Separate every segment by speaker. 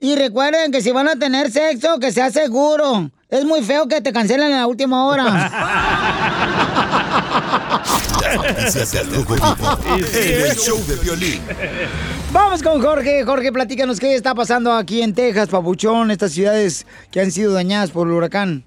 Speaker 1: Y recuerden que si van a tener sexo, que sea seguro. Es muy feo que te cancelen en la última hora.
Speaker 2: Noticias de rojo vivo en el show de violín.
Speaker 1: Vamos con Jorge. Jorge, platícanos qué está pasando aquí en Texas, Papuchón, estas ciudades que han sido dañadas por el huracán.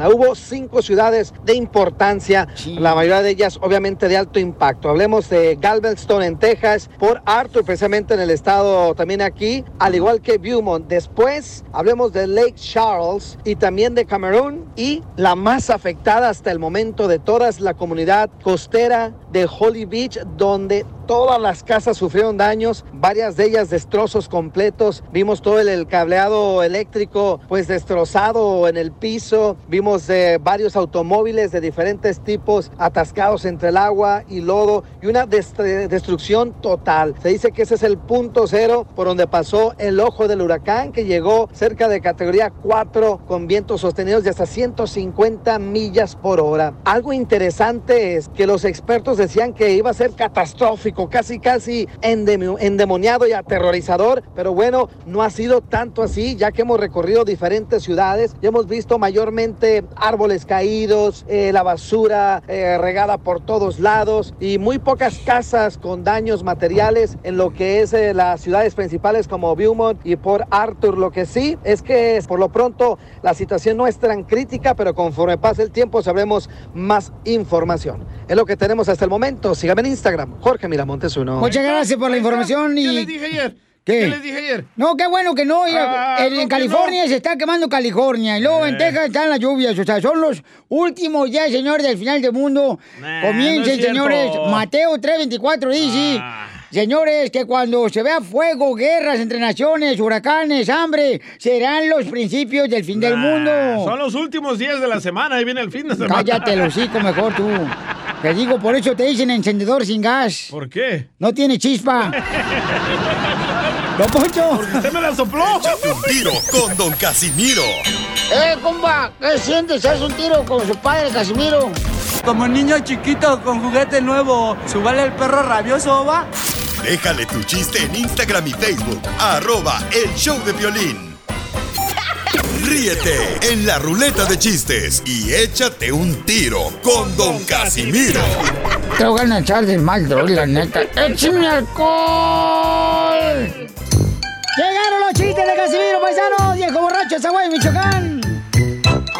Speaker 3: Ah, Hubo cinco ciudades de importancia, la mayoría de ellas obviamente de alto impacto. Hablemos de Galveston en Texas, por Arthur precisamente en el estado también aquí, al igual que Beaumont. Después hablemos de Lake Charles y también de Camerún y la más afectada hasta el momento de todas la comunidad costera de Holly Beach, donde todas las casas sufrieron daños, varias de ellas destrozos completos. Vimos todo el, el cableado eléctrico pues destrozado en el piso. Vimos eh, varios automóviles de diferentes tipos atascados entre el agua y lodo y una destre- destrucción total. Se dice que ese es el punto cero por donde pasó el ojo del huracán que llegó cerca de categoría 4 con vientos sostenidos de hasta 150 millas por hora. Algo interesante es que los expertos decían que iba a ser catastrófico, casi casi endemi- endemoniado y aterrorizador, pero bueno, no ha sido tanto así, ya que hemos recorrido diferentes ciudades y hemos visto mayormente árboles caídos, eh, la basura eh, regada por todos lados y muy pocas casas con daños materiales en lo que es eh, las ciudades principales como Beaumont y Port Arthur. Lo que sí es que por lo pronto la situación no es tan crítica, pero conforme pase el tiempo sabremos más información. Es lo que tenemos hasta el momento. Sígame en Instagram, Jorge Miramontes uno.
Speaker 1: Muchas gracias por la información. y... les dije ayer? ¿Qué?
Speaker 3: les
Speaker 1: dije ayer? No, qué bueno que no. mira, en, en California se está quemando California. Y luego en Texas están las lluvias. O sea, son los últimos días, señores, del final del mundo.
Speaker 4: no es
Speaker 1: Comiencen,
Speaker 4: cierto.
Speaker 1: señores. Mateo 3.24 dice... Señores, que cuando se vea fuego, guerras entre naciones, huracanes, hambre, serán los principios del fin del mundo.
Speaker 5: Ah, Son los últimos días de la semana, ahí viene el fin de semana.
Speaker 1: Cállate el hocico mejor tú. Te digo, por eso te dicen encendedor sin gas.
Speaker 5: ¿Por qué?
Speaker 1: No tiene chispa. Don Poncho.
Speaker 5: ¡Usted me la sopló!
Speaker 2: Échate un tiro con don Casimiro
Speaker 1: ¡Eh, compa! ¿Qué sientes? ¿Haz un tiro con su padre, Casimiro?
Speaker 6: Como niño chiquito con juguete nuevo, subale el perro rabioso, va.
Speaker 2: Déjale tu chiste en Instagram y Facebook, arroba el show de violín. Ríete en la ruleta de chistes y échate un tiro con don Casimiro.
Speaker 1: Te voy a echar del mal, droga, la neta. ¡Échame alcohol! ¡Llegaron los chistes de Casimiro, paisanos! ¡Viejo borracho, esa güey, Michoacán!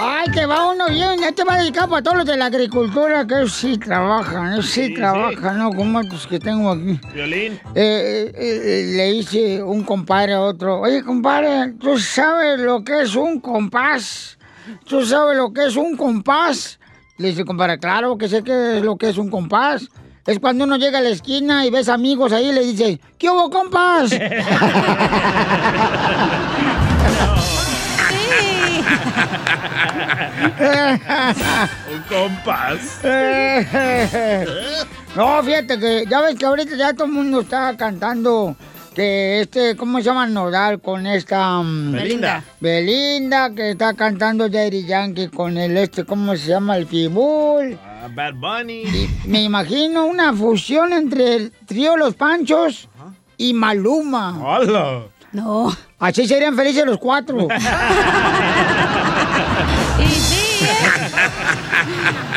Speaker 1: ¡Ay, que va uno bien! Este va dedicado para todos los de la agricultura que ellos sí trabajan, ellos sí, trabajan, ¿no? Como estos que tengo aquí.
Speaker 5: Violín.
Speaker 1: Eh, eh, eh, le dice un compadre a otro, oye compadre, ¿tú sabes lo que es un compás? ¿Tú sabes lo que es un compás? Le dice el compadre, claro que sé que es lo que es un compás. Es cuando uno llega a la esquina y ves amigos ahí y le dice, ¿qué hubo compás?
Speaker 5: Un compás.
Speaker 1: No, fíjate que ya ves que ahorita ya todo el mundo está cantando que este, ¿cómo se llama Nodal con esta? mm,
Speaker 4: Belinda.
Speaker 1: Belinda, que está cantando Daddy Yankee con el este, ¿cómo se llama? El Fibul.
Speaker 5: Ah, Bad Bunny.
Speaker 1: Me imagino una fusión entre el trío Los Panchos y Maluma.
Speaker 5: ¡Hala!
Speaker 1: No. Así serían felices los cuatro.
Speaker 4: Y
Speaker 1: ¿eh?
Speaker 4: sí,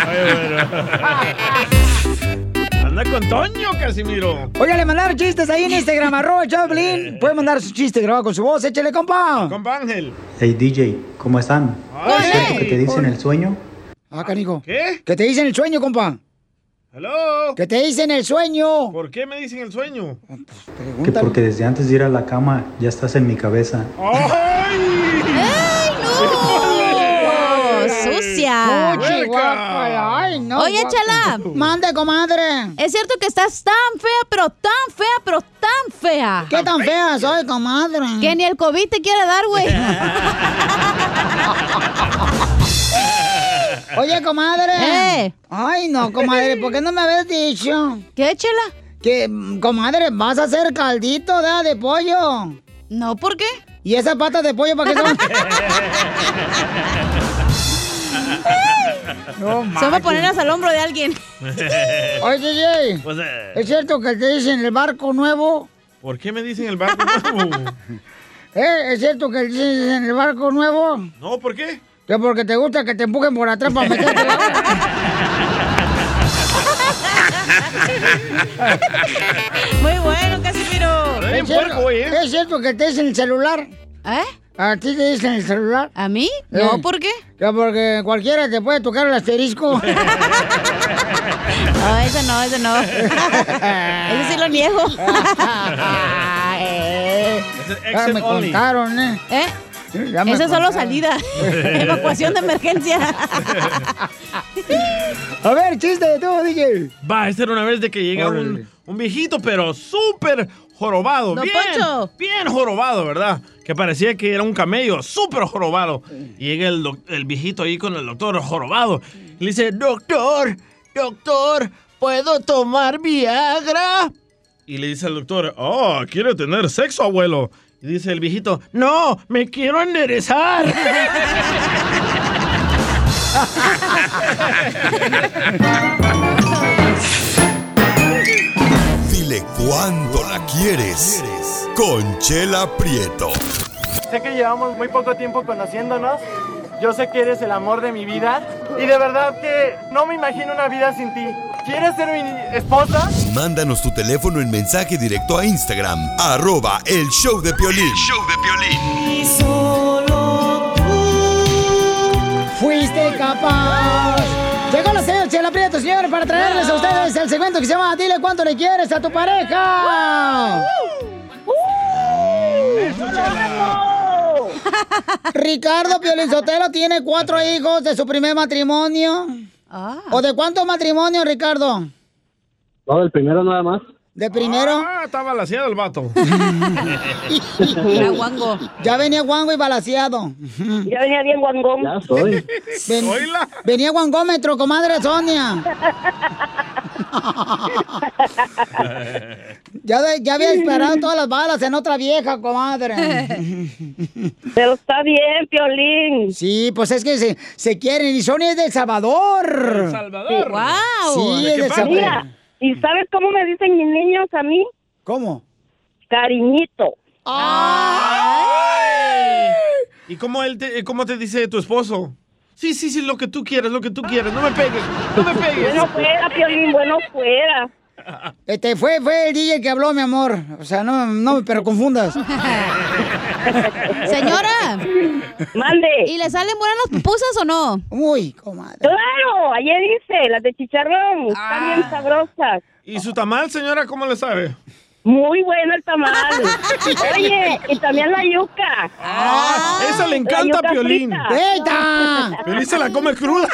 Speaker 5: Ay, bueno. Anda con Toño, Casimiro.
Speaker 1: Oiga, le mandaron chistes ahí en Instagram, arroba Choplin. Pueden mandar sus chistes grabados con su voz. Échale, compa.
Speaker 5: Compa Ángel.
Speaker 7: Hey DJ, ¿cómo están?
Speaker 5: Ay.
Speaker 7: ¿Es cierto que te dicen el sueño?
Speaker 1: Ah, canijo.
Speaker 5: ¿Qué?
Speaker 1: Que te dicen el sueño, compa.
Speaker 5: Hello.
Speaker 1: Que te dicen el sueño.
Speaker 5: ¿Por qué me dicen el sueño?
Speaker 7: Que
Speaker 1: Pregúntale.
Speaker 7: porque desde antes de ir a la cama ya estás en mi cabeza.
Speaker 5: ¡Ay!
Speaker 4: ¡Ay, no! ¡Oh, ¡Sucia!
Speaker 1: Oye, guácala, ay, no,
Speaker 4: Oye,
Speaker 1: guácala.
Speaker 4: Chala.
Speaker 1: Mande, comadre.
Speaker 4: Es cierto que estás tan fea, pero tan fea, pero tan fea.
Speaker 1: ¿Qué tan fea soy, comadre?
Speaker 4: Que ni el COVID te quiere dar, güey.
Speaker 1: Oye, comadre.
Speaker 4: Eh.
Speaker 1: Ay, no, comadre, ¿por qué no me habías dicho?
Speaker 4: ¿Qué, Chela?
Speaker 1: Que, mm, comadre, vas a hacer caldito ¿verdad? de pollo.
Speaker 4: No, ¿por qué?
Speaker 1: ¿Y esas patas de pollo para qué son? no,
Speaker 4: Se va a
Speaker 1: manches.
Speaker 4: ponerlas al hombro de alguien.
Speaker 1: Oye, DJ,
Speaker 5: Pues, eh,
Speaker 1: ¿es cierto que te dicen el barco nuevo?
Speaker 5: ¿Por qué me dicen el barco nuevo?
Speaker 1: ¿Eh? ¿Es cierto que te dicen el barco nuevo?
Speaker 5: No, ¿por qué?
Speaker 1: Que porque te gusta que te empujen por atrás para meterte la boca.
Speaker 4: Muy bueno, Casimiro.
Speaker 5: Está bien
Speaker 1: ¿Es cierto-
Speaker 5: puerco, güey, ¿eh?
Speaker 1: ¿Es cierto que te dicen el celular?
Speaker 4: ¿Eh?
Speaker 1: ¿A ti te dicen el celular?
Speaker 4: ¿A mí? No,
Speaker 1: Eh.
Speaker 4: ¿por qué?
Speaker 1: Que porque cualquiera te puede tocar el asterisco.
Speaker 4: No, ese no, ese no. ese sí lo niego.
Speaker 1: Eh,
Speaker 5: Es
Speaker 1: ya
Speaker 5: exit
Speaker 1: me
Speaker 5: only.
Speaker 1: contaron, ¿eh?
Speaker 4: ¿Eh?
Speaker 1: Ya me
Speaker 4: Esa es solo
Speaker 1: contaron.
Speaker 4: salida. Evacuación de emergencia.
Speaker 1: A ver, chiste de todo, DJ.
Speaker 5: Va, esta era una vez de que llega
Speaker 1: Órale.
Speaker 5: un, un viejito, pero súper jorobado.
Speaker 4: Don
Speaker 5: bien,
Speaker 4: Poncho.
Speaker 5: bien jorobado, ¿verdad? Que parecía que era un camello, súper jorobado. Y llega el, doc- el viejito ahí con el doctor jorobado. Y le dice, doctor, doctor, ¿puedo tomar
Speaker 1: ah,
Speaker 5: Viagra? Y le dice el doctor, oh, quiero tener sexo, abuelo. Y dice el viejito, no, me quiero enderezar.
Speaker 2: Dile cuándo la quieres. Conchela Prieto.
Speaker 8: Sé que llevamos muy poco tiempo conociéndonos. Yo sé que eres el amor de mi vida. Y de verdad que no me imagino una vida sin ti. ¿Quieres ser mi esposa?
Speaker 2: Mándanos tu teléfono en mensaje directo a Instagram. Arroba el show de Piolín.
Speaker 1: Fuiste capaz. Llegó la señora Chela Prieto, señores, para traerles a ustedes el segmento que se llama Dile cuánto le quieres a tu pareja. Ricardo Piolizotelo tiene cuatro hijos de su primer matrimonio.
Speaker 4: Ah.
Speaker 1: ¿O de cuántos matrimonios, Ricardo?
Speaker 9: No, el primero nada más.
Speaker 1: De primero.
Speaker 5: Ah, está balaseado el vato.
Speaker 4: La guango.
Speaker 1: Ya venía guango y balaseado.
Speaker 10: Ya venía bien guangón.
Speaker 9: Ya soy.
Speaker 1: Ven-
Speaker 5: Oíla.
Speaker 1: venía guangómetro, comadre Sonia. ya, de- ya había disparado todas las balas en otra vieja, comadre.
Speaker 10: Pero está bien, Piolín.
Speaker 1: Sí, pues es que se, se quieren. Y Sonia es de El
Speaker 5: El
Speaker 1: Salvador.
Speaker 5: Salvador.
Speaker 4: ¡Wow!
Speaker 1: Sí,
Speaker 5: ¿de
Speaker 1: es
Speaker 5: qué
Speaker 1: de El
Speaker 5: parte?
Speaker 1: Salvador.
Speaker 10: Mira, ¿y sabes cómo me dicen mis niños a mí?
Speaker 1: ¿Cómo?
Speaker 10: Cariñito.
Speaker 5: ¿Y cómo, él te, cómo te dice tu esposo? Sí, sí, sí, lo que tú quieras, lo que tú quieras. No me pegues, no me pegues.
Speaker 10: Bueno fuera, Piolín, bueno fuera.
Speaker 1: Este fue, fue el DJ que habló, mi amor. O sea, no, no, pero confundas.
Speaker 4: Señora,
Speaker 10: Mande.
Speaker 4: ¿y le salen buenas las pupusas o no?
Speaker 1: Uy, comadre.
Speaker 10: Claro, ayer hice las de chicharrón.
Speaker 4: Ah.
Speaker 10: Están bien sabrosas.
Speaker 5: ¿Y su tamal, señora, cómo le sabe?
Speaker 10: Muy bueno el tamal. Oye, y también la yuca.
Speaker 5: ¡Ah! esa le
Speaker 10: la
Speaker 5: encanta,
Speaker 10: yuca
Speaker 5: Piolín.
Speaker 10: frita.
Speaker 1: ¡Eita!
Speaker 5: Piolín se la come cruda.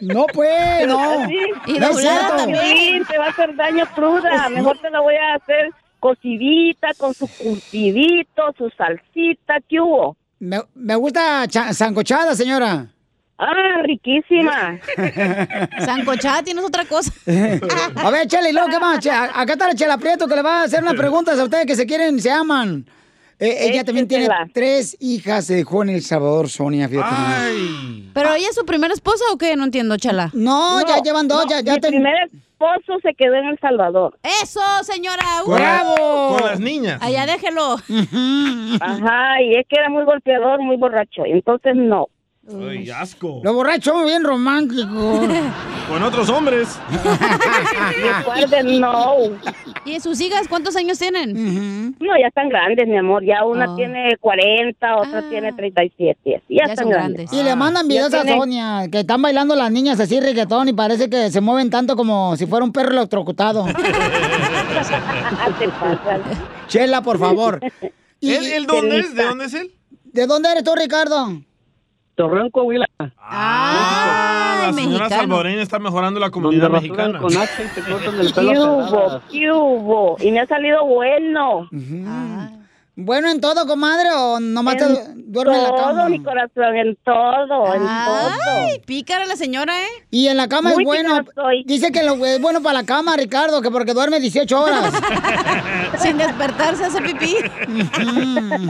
Speaker 1: No, pues, no.
Speaker 10: Sí.
Speaker 4: Y
Speaker 1: No es
Speaker 4: doblada
Speaker 1: cierto.
Speaker 4: también.
Speaker 10: Piolín, te va a hacer daño cruda. Mejor te la voy a hacer cocidita, con su curtidito, su salsita. ¿Qué hubo?
Speaker 1: Me, me gusta cha- sancochada, señora.
Speaker 10: Ah, riquísima.
Speaker 4: Sancochada, tienes otra cosa.
Speaker 1: A ver, Chela, ¿y luego qué más? Che- Acá está la Chela Prieto que le va a hacer unas preguntas a ustedes que se quieren, se aman. Eh, ella también tiene
Speaker 10: Échasela.
Speaker 1: tres hijas, se dejó en El Salvador, Sonia, fíjate.
Speaker 10: Ah.
Speaker 1: nomás.
Speaker 5: ¡Ay!
Speaker 4: ¿Pero ella es su primera esposa o qué? No entiendo, chala.
Speaker 1: No, ya llevan dos,
Speaker 10: no,
Speaker 1: ya, ya
Speaker 10: Mi
Speaker 1: te-
Speaker 10: primer esposo se quedó en El Salvador.
Speaker 4: ¡Eso, señora! ¡Uh!
Speaker 1: ¡Bravo!
Speaker 5: Con las niñas.
Speaker 4: Allá déjelo.
Speaker 10: Ajá, y es que era muy golpeador, muy borracho. Entonces, no.
Speaker 5: Ay, asco.
Speaker 1: Lo borracho, bien romántico.
Speaker 5: Con otros hombres.
Speaker 11: Recuerden, no.
Speaker 4: ¿Y sus hijas cuántos años tienen?
Speaker 11: No, ya están grandes, mi amor. Ya una
Speaker 4: Oh.
Speaker 11: tiene 40, otra tiene 37. Así, Ya, están grandes. Ah,
Speaker 1: Y le mandan videos
Speaker 11: Ya
Speaker 1: a
Speaker 11: tienen-
Speaker 1: Sonia, que están bailando las niñas así reggaetón y parece que se mueven tanto como si fuera un perro electrocutado. Chela, por favor.
Speaker 5: ¿Él- él dónde es? ¿De dónde es él?
Speaker 1: ¿De dónde eres tú, Ricardo?
Speaker 8: Torreón, Coahuila.
Speaker 5: Ah, la señora
Speaker 1: mexicano.
Speaker 5: salvadoreña está mejorando la comunidad
Speaker 8: Donde
Speaker 5: mexicana.
Speaker 8: rasuran con hacha y te cortan el
Speaker 11: ¿Qué
Speaker 8: pelo a
Speaker 11: hubo?
Speaker 8: pedradas.
Speaker 11: ¿Qué hubo? Y me ha salido bueno. Ah.
Speaker 1: ¿Bueno en todo, comadre, o nomás te du- duerme en la
Speaker 11: todo,
Speaker 1: cama?
Speaker 11: mi corazón, en todo, en todo.
Speaker 4: Ay, pícara la señora, ¿eh?
Speaker 1: Y en la cama
Speaker 4: Muy
Speaker 1: es bueno. Dice que lo- es bueno para la cama, Ricardo, que porque duerme 18 horas. Sin despertarse hace pipí. Mm.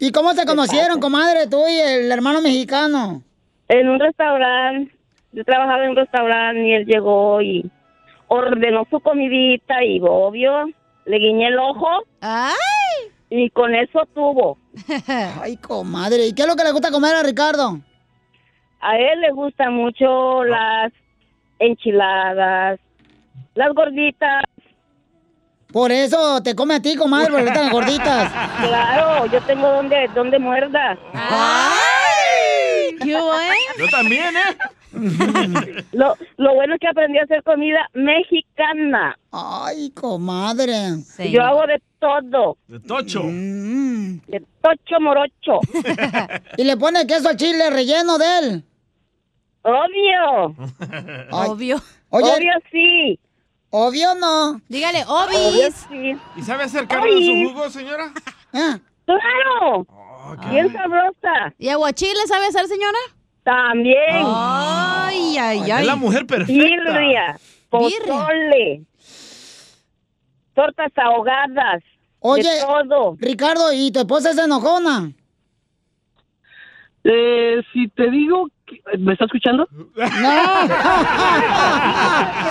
Speaker 1: ¿Y cómo se conocieron, comadre, tú y el hermano mexicano?
Speaker 11: En un restaurante, yo trabajaba en un restaurante y él llegó y ordenó su comidita y obvio, le guiñé el ojo.
Speaker 4: ¡Ay!
Speaker 11: Y con eso tuvo.
Speaker 1: Ay, comadre, ¿y qué es lo que le gusta comer a Ricardo?
Speaker 11: A él le gustan mucho las enchiladas, las gorditas.
Speaker 1: Por eso te come a ti, comadre, porque están gorditas.
Speaker 11: Claro, yo tengo donde, donde muerda.
Speaker 4: ¡Qué
Speaker 11: Yo también, ¿eh? Lo, lo bueno es que aprendí a hacer comida mexicana.
Speaker 1: Ay, comadre.
Speaker 11: Yo hago de todo.
Speaker 5: De tocho.
Speaker 8: Mm.
Speaker 11: De tocho morocho.
Speaker 1: ¿Y le pone queso al chile relleno de él?
Speaker 11: Obvio.
Speaker 1: Ay.
Speaker 4: Obvio.
Speaker 1: obvio
Speaker 11: sí.
Speaker 1: Obvio no.
Speaker 4: Dígale,
Speaker 11: Obvio,
Speaker 4: obis.
Speaker 11: sí.
Speaker 5: ¿Y sabe hacer
Speaker 4: carne
Speaker 5: carne
Speaker 4: en
Speaker 5: en
Speaker 4: su
Speaker 5: su jugo, señora?
Speaker 11: ¡Claro!
Speaker 5: Oh,
Speaker 11: Bien sabrosa.
Speaker 4: Ah. ¿Y aguachile sabe hacer, señora?
Speaker 11: También.
Speaker 4: Ay, ay, ay.
Speaker 5: Es la mujer perfecta.
Speaker 11: Birria, pozole, tortas ahogadas.
Speaker 1: Oye,
Speaker 11: de todo.
Speaker 1: Ricardo, ¿y tu esposa es enojona?
Speaker 8: Eh, si te digo, que- ¿me está escuchando?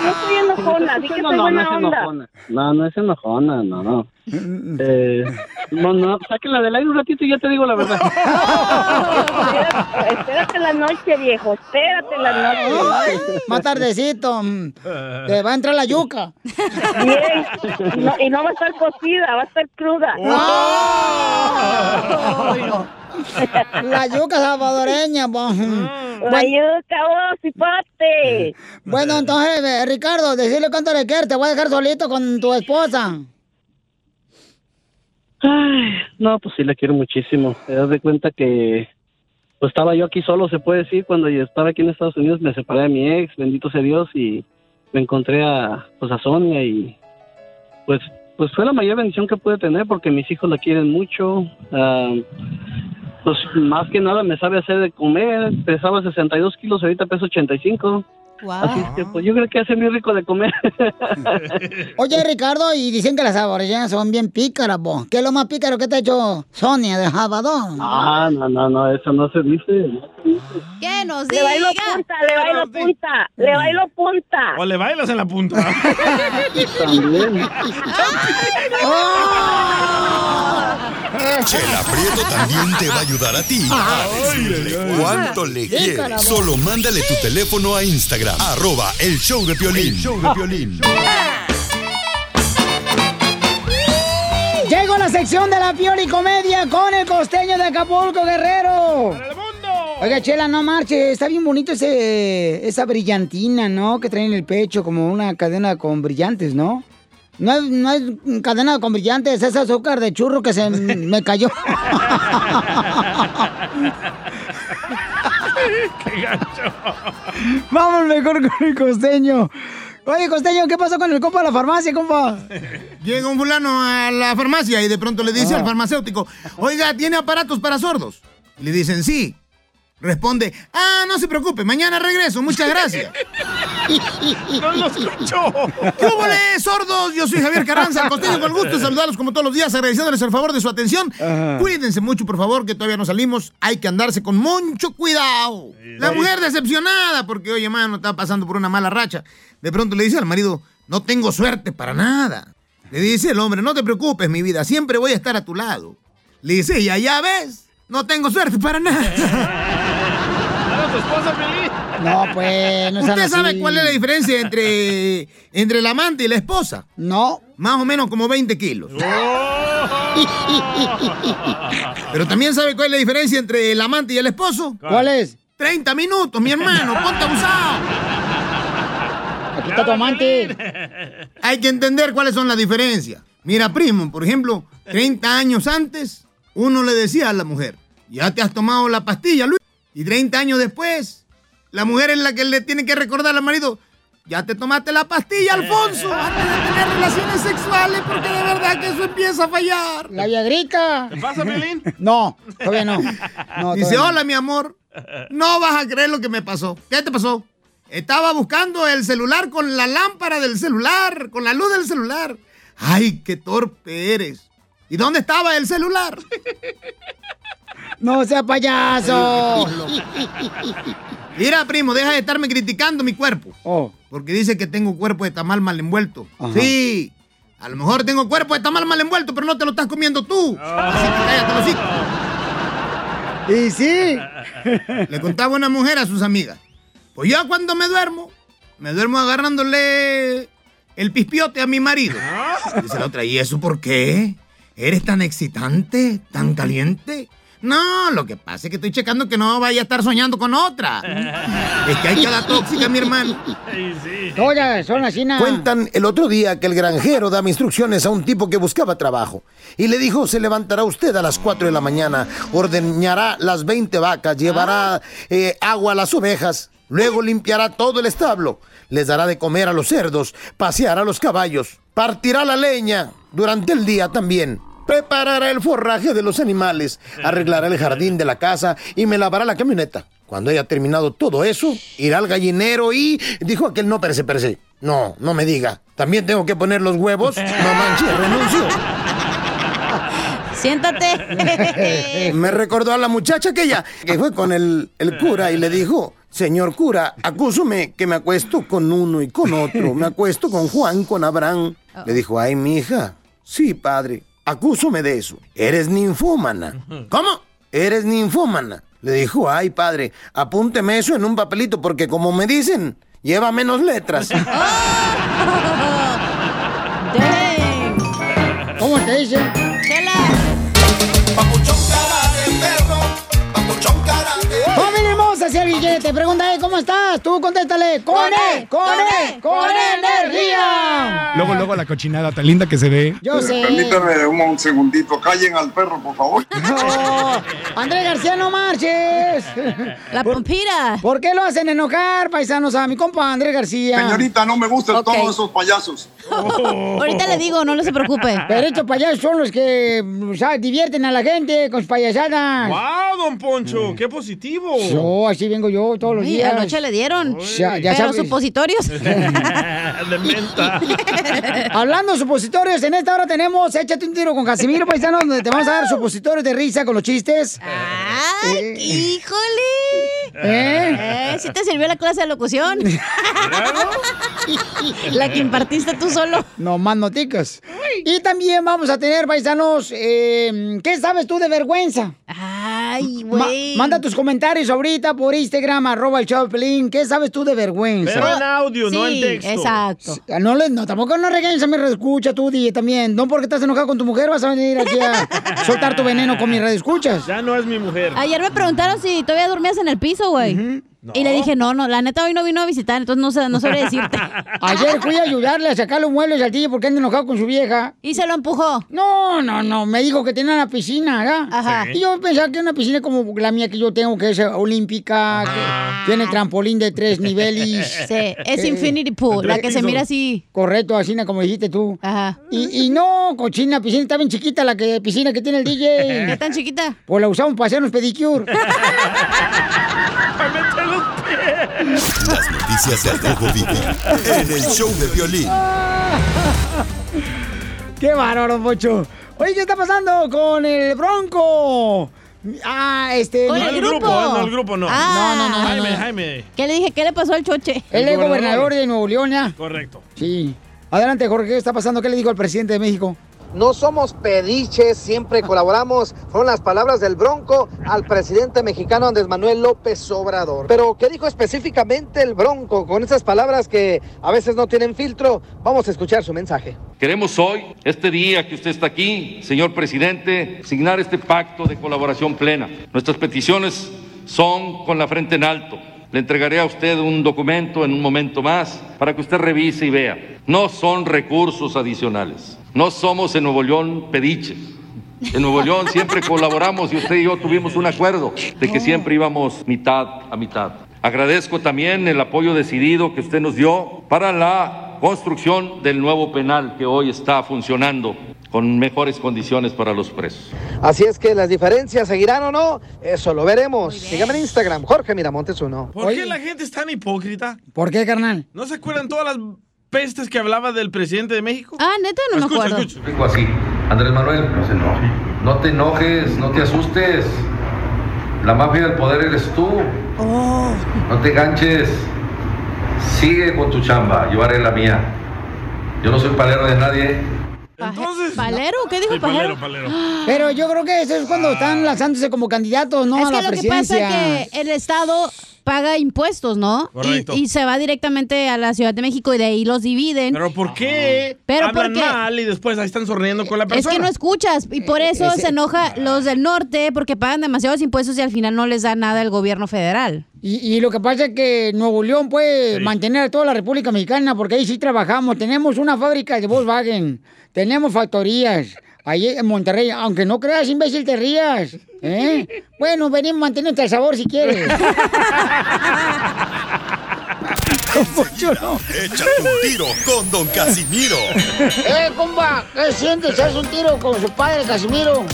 Speaker 11: no estoy enojona, di que soy
Speaker 8: no, no es
Speaker 11: buena onda.
Speaker 8: enojona. No, no es enojona, no, no. Eh, no, no, sáquenla del aire un ratito y ya te digo la verdad.
Speaker 11: Espérate, espérate la noche, viejo. Espérate la
Speaker 1: Ay,
Speaker 11: noche.
Speaker 1: más tardecito. mm, Te va a entrar la yuca.
Speaker 11: Bien. Y no, y no va a estar cocida, va a estar cruda.
Speaker 1: Oh. La yuca salvadoreña. po.
Speaker 11: La yuca, vos, cipote.
Speaker 1: Bueno, entonces, eh, Ricardo, decirle cuánto le quieres. Te voy a dejar solito con tu esposa.
Speaker 8: Ay, no, pues sí, la quiero muchísimo. Te das de cuenta que pues estaba yo aquí solo, se puede decir, cuando yo estaba aquí en Estados Unidos me separé de mi ex, bendito sea Dios, y me encontré a, pues a Sonia y pues pues fue la mayor bendición que pude tener porque mis hijos la quieren mucho. ah, pues más que nada me sabe hacer de comer, pesaba 62 kilos, ahorita peso 85. Así es que pues yo creo que hace muy rico de comer.
Speaker 1: Oye, Ricardo, y dicen que las salvadoreñas son bien pícaras, po. ¿Qué es lo más pícaro que te ha hecho Sonia de Salvador?
Speaker 8: Ah, no, no, no, eso no se dice.
Speaker 4: ¿Qué nos
Speaker 11: Le
Speaker 4: diga?
Speaker 11: bailo punta, le bailo punta, le
Speaker 5: Mm.
Speaker 11: bailo punta.
Speaker 5: O le bailas en la punta.
Speaker 8: También.
Speaker 2: Chela Prieto también te va a ayudar a ti a decirle cuánto le
Speaker 12: Dígalo,
Speaker 2: quieres.
Speaker 12: amor.
Speaker 2: Solo mándale tu teléfono a Instagram, arroba el show de Piolín. show de Piolín.
Speaker 1: Llegó la sección de la Pioli Comedia con el costeño de Acapulco, Guerrero. ¡Para el mundo! Oiga, Chela, no marche. Está bien bonito ese, esa brillantina, ¿no? Que traen en el pecho, como una cadena con brillantes, ¿no? No es, no es cadena con brillantes, es azúcar de churro que se me cayó.
Speaker 5: ¡Qué gacho!
Speaker 1: Vamos mejor con el costeño. Oye, costeño, ¿qué pasó con el compa de la farmacia, compa?
Speaker 13: Llega un fulano a la farmacia y de pronto le dice
Speaker 1: Ah.
Speaker 13: al farmacéutico, oiga, ¿tiene aparatos para sordos? Y le dicen, sí. Responde, ah, no se preocupe, mañana regreso, muchas gracias.
Speaker 5: ¡No lo escucho!
Speaker 13: ¿Qué hubo, le, sordos? Yo soy Javier Carranza, el costeño, con el gusto de saludarlos como todos los días, agradeciéndoles el favor de su atención.
Speaker 12: Ajá.
Speaker 13: Cuídense mucho, por favor, que todavía no salimos. Hay que andarse con mucho cuidado. La
Speaker 12: sí.
Speaker 13: mujer decepcionada porque, oye, mano, está pasando por una mala racha. De pronto le dice al marido, no tengo suerte para nada. Le dice el hombre, no te preocupes, mi vida, siempre voy a estar a tu lado. Le dice, ya, ya ves, no tengo suerte para nada.
Speaker 5: tu esposa, Piolín.
Speaker 1: No, pues, no
Speaker 13: ¿Usted
Speaker 1: sean
Speaker 13: sabe
Speaker 1: así.
Speaker 13: cuál es la diferencia entre, entre el amante y la esposa?
Speaker 1: No.
Speaker 13: Más o menos como 20 kilos. Pero también sabe cuál es la diferencia entre el amante y el esposo.
Speaker 1: ¿Cuál es?
Speaker 13: 30 minutos, mi hermano. Ponte abusado.
Speaker 1: Aquí está tu amante.
Speaker 13: Hay que entender cuáles son las diferencias. Mira, primo, por ejemplo, 30 años antes, uno le decía a la mujer, ya te has tomado la pastilla, Luis. Y 30 años después, la mujer es la que le tiene que recordar al marido, ya te tomaste la pastilla, Alfonso, antes de tener relaciones sexuales, porque de verdad que eso empieza a fallar.
Speaker 1: La viagrita.
Speaker 13: ¿Te pasa, Melín?
Speaker 1: No, todavía no. No,
Speaker 13: Dice,
Speaker 1: todavía no.
Speaker 13: hola, mi amor, no vas a creer lo que me pasó. ¿Qué te pasó? Estaba buscando el celular con la lámpara del celular, con la luz del celular. ¡Ay, qué torpe eres! ¿Y dónde estaba el celular?
Speaker 1: No sea payaso.
Speaker 13: Mira, primo, deja de estarme criticando mi cuerpo.
Speaker 1: Oh.
Speaker 13: Porque dice que tengo cuerpo de tamal mal envuelto. Sí, a lo mejor tengo cuerpo de tamal mal envuelto, pero no te lo estás comiendo tú. Así que cállate el hocico.
Speaker 1: Oh. Y sí.
Speaker 13: Le contaba una mujer a sus amigas. Pues yo cuando me duermo, me duermo agarrándole el pispiote a mi marido.
Speaker 1: Ah.
Speaker 13: Dice la otra, ¿y eso por qué? ¿Eres tan excitante, tan caliente? No, lo que pasa es que estoy checando que no vaya a estar soñando con otra. Es que hay cada tóxica, mi hermano.
Speaker 1: Todas son así, nada.
Speaker 14: Cuentan el otro día que el granjero daba instrucciones a un tipo que buscaba trabajo y le dijo, se levantará usted a las 4 de la mañana, ordeñará las 20 vacas,
Speaker 1: Ah.
Speaker 14: llevará eh, agua a las ovejas, luego limpiará todo el establo, les dará de comer a los cerdos, paseará a los caballos, partirá la leña durante el día también. Preparará el forraje de los animales,
Speaker 1: Eh.
Speaker 14: arreglará el jardín de la casa y me lavará la camioneta. Cuando haya terminado todo eso, irá al gallinero y dijo aquel no perece, perece. No, no me diga. También tengo que poner los huevos. No manches, renuncio.
Speaker 4: Siéntate.
Speaker 14: Me recordó a la muchacha aquella que fue con el, el cura y le dijo, señor cura, acúsome que me acuesto con uno y con otro, me acuesto con Juan, con Abraham. Le dijo, ay, mija, sí, padre, acúsome de eso. Eres ninfómana. ¿Cómo? Eres ninfómana. Le dijo, ay, padre, apúnteme eso en un papelito porque como me dicen, lleva menos letras.
Speaker 1: ¿Cómo te dicen? ¡Familia hermosa! Si alguien quiere, te pregunta, "Eh, ¿cómo estás? Tú contéstale, ¡con él! ¡Con él! ¡Con E, energía!
Speaker 15: Luego, luego la cochinada tan linda que se ve.
Speaker 1: Yo sé.
Speaker 10: Permítame un, un segundito, callen al perro, por favor.
Speaker 1: No, Oh, Andrés García, no marches. La pompira. ¿Por qué lo hacen enojar, paisanos, a mi compa Andrés García?
Speaker 10: Señorita, no me gustan
Speaker 1: Ok.
Speaker 10: todos esos payasos.
Speaker 1: Ahorita le digo, no se preocupe. Pero estos payasos son los que o sea, divierten a la gente con sus payasadas.
Speaker 5: ¡Wow, don Poncho! ¡Qué positivo!
Speaker 1: Yo, así vengo yo todos los
Speaker 5: Uy,
Speaker 1: días.
Speaker 5: anoche le
Speaker 1: dieron. Ya, ya
Speaker 4: Pero
Speaker 1: sabes.
Speaker 4: supositorios.
Speaker 5: De menta.
Speaker 1: Hablando de supositorios, en esta hora tenemos Échate un tiro con Casimiro Paisano, donde te vamos a dar supositorios de risa con los chistes.
Speaker 4: ¡Ay, híjole!
Speaker 1: ¿Eh?
Speaker 4: ¿Eh? ¿Sí te sirvió la clase de locución? la que impartiste tú solo.
Speaker 1: No más noticas. Y también vamos a tener, paisanos, eh, ¿qué sabes tú de vergüenza?
Speaker 4: Ay,
Speaker 1: güey. manda tus comentarios ahorita por Instagram, arroba el show de Piolín. ¿Qué sabes tú de vergüenza?
Speaker 5: Pero en audio, no en Sí, texto. exacto.
Speaker 1: Sí, ah, No, le- no, tampoco no regañes a mi escucha tú, DJ, también. No porque estás enojado con tu mujer vas a venir aquí a soltar tu veneno con mi radio escuchas.
Speaker 5: Ya no es mi mujer.
Speaker 4: Ayer me preguntaron si todavía dormías en el piso, güey. Y le dije, no, no, la neta hoy no vino a visitar, entonces no, sé, no sabría decirte.
Speaker 1: Ayer fui a ayudarle a sacar los muebles al tío porque anda enojado con su vieja.
Speaker 4: ¿Y se lo empujó?
Speaker 1: No, no, no. Me dijo que tenía una piscina acá.
Speaker 4: Ajá.
Speaker 1: Y yo pensaba que una piscina como la mía que yo tengo, que es eh, olímpica, que tiene trampolín de tres niveles. Eh,
Speaker 4: Sí, es infinity pool, la que se mira así.
Speaker 1: Correcto, así como dijiste tú. Ajá. Y, y no, cochina, piscina está bien chiquita la que piscina que tiene el DJ.
Speaker 4: ¿Qué tan chiquita?
Speaker 1: Pues la usamos para hacernos pedicure.
Speaker 2: Las noticias de a poco vivir en el show de violín.
Speaker 1: ¡Qué bárbaro, Pocho! Oye, ¿qué está pasando con el Bronco? Ah, este.
Speaker 5: Con
Speaker 1: no,
Speaker 5: el No, el grupo, grupo. no, el grupo, no. Ah.
Speaker 1: No, no, no.
Speaker 5: Jaime,
Speaker 1: no.
Speaker 5: Jaime.
Speaker 1: ¿Qué le dije? ¿Qué le pasó al Choche? Él
Speaker 5: El
Speaker 1: es
Speaker 5: gobernador.
Speaker 1: gobernador de Nuevo León, ¿ya?
Speaker 5: Correcto.
Speaker 1: Sí. Adelante, Jorge, ¿qué está pasando? ¿Qué le dijo al presidente de México?
Speaker 3: No somos pediches, siempre colaboramos. Fueron las palabras del Bronco al presidente mexicano Andrés Manuel López Obrador. Pero, ¿qué dijo específicamente el Bronco con esas palabras que a veces no tienen filtro? Vamos a escuchar su mensaje.
Speaker 16: Queremos hoy, este día que usted está aquí, señor presidente, signar este pacto de colaboración plena. Nuestras peticiones son con la frente en alto. Le entregaré a usted un documento en un momento más para que usted revise y vea. No son recursos adicionales. No somos en Nuevo León pediches. En Nuevo León siempre colaboramos y usted y yo tuvimos un acuerdo de que siempre íbamos mitad a mitad. Agradezco también el apoyo decidido que usted nos dio para la construcción del nuevo penal que hoy está funcionando con mejores condiciones para los presos.
Speaker 3: Así es que las diferencias seguirán o no, eso lo veremos. Sígame en Instagram, Jorge Miramontes uno.
Speaker 5: ¿Por qué la gente es tan hipócrita?
Speaker 1: ¿Por qué, carnal?
Speaker 5: ¿No se acuerdan todas las pestes que hablaba del presidente de México?
Speaker 4: Ah, neta, no me
Speaker 5: Escucha,
Speaker 4: acuerdo.
Speaker 5: escucha.
Speaker 17: Digo así, Andrés Manuel, no se enoje. No te enojes, no te asustes. La mafia del poder eres tú. No te ganches. Sigue con tu chamba, yo haré la mía. Yo no soy palero de nadie.
Speaker 4: Entonces, ¿Palero? ¿Qué dijo
Speaker 17: Sí,
Speaker 4: Palero?
Speaker 17: palero,
Speaker 1: Pero yo creo que eso es cuando están lanzándose como candidatos, ¿no?
Speaker 4: es
Speaker 1: a
Speaker 4: que
Speaker 1: la
Speaker 4: lo que
Speaker 1: presidencia.
Speaker 4: pasa es que el Estado paga impuestos, ¿no? Y,
Speaker 5: Correcto.
Speaker 4: y se va directamente a la Ciudad de México y de ahí los dividen.
Speaker 5: ¿Pero por qué
Speaker 4: Pero
Speaker 5: hablan
Speaker 4: porque-
Speaker 5: mal y después ahí están sonriendo con la
Speaker 4: Es
Speaker 5: persona?
Speaker 4: que no escuchas y
Speaker 1: Eh,
Speaker 4: por eso
Speaker 5: Ese-
Speaker 4: se
Speaker 1: Ah.
Speaker 4: enoja los del norte porque pagan demasiados impuestos y al final no les da nada el gobierno federal.
Speaker 1: Y, y lo que pasa es que Nuevo León puede mantener a toda la República Mexicana porque ahí sí trabajamos. Tenemos una fábrica de Volkswagen, tenemos factorías ahí en Monterrey. Aunque no creas, imbécil, te rías. ¿eh? Bueno, venimos manteniendo el sabor si quieres.
Speaker 2: Échate un tiro con Don Casimiro.
Speaker 1: ¡Eh, compa! ¿Qué sientes? ¿Haz un tiro con su padre, Casimiro?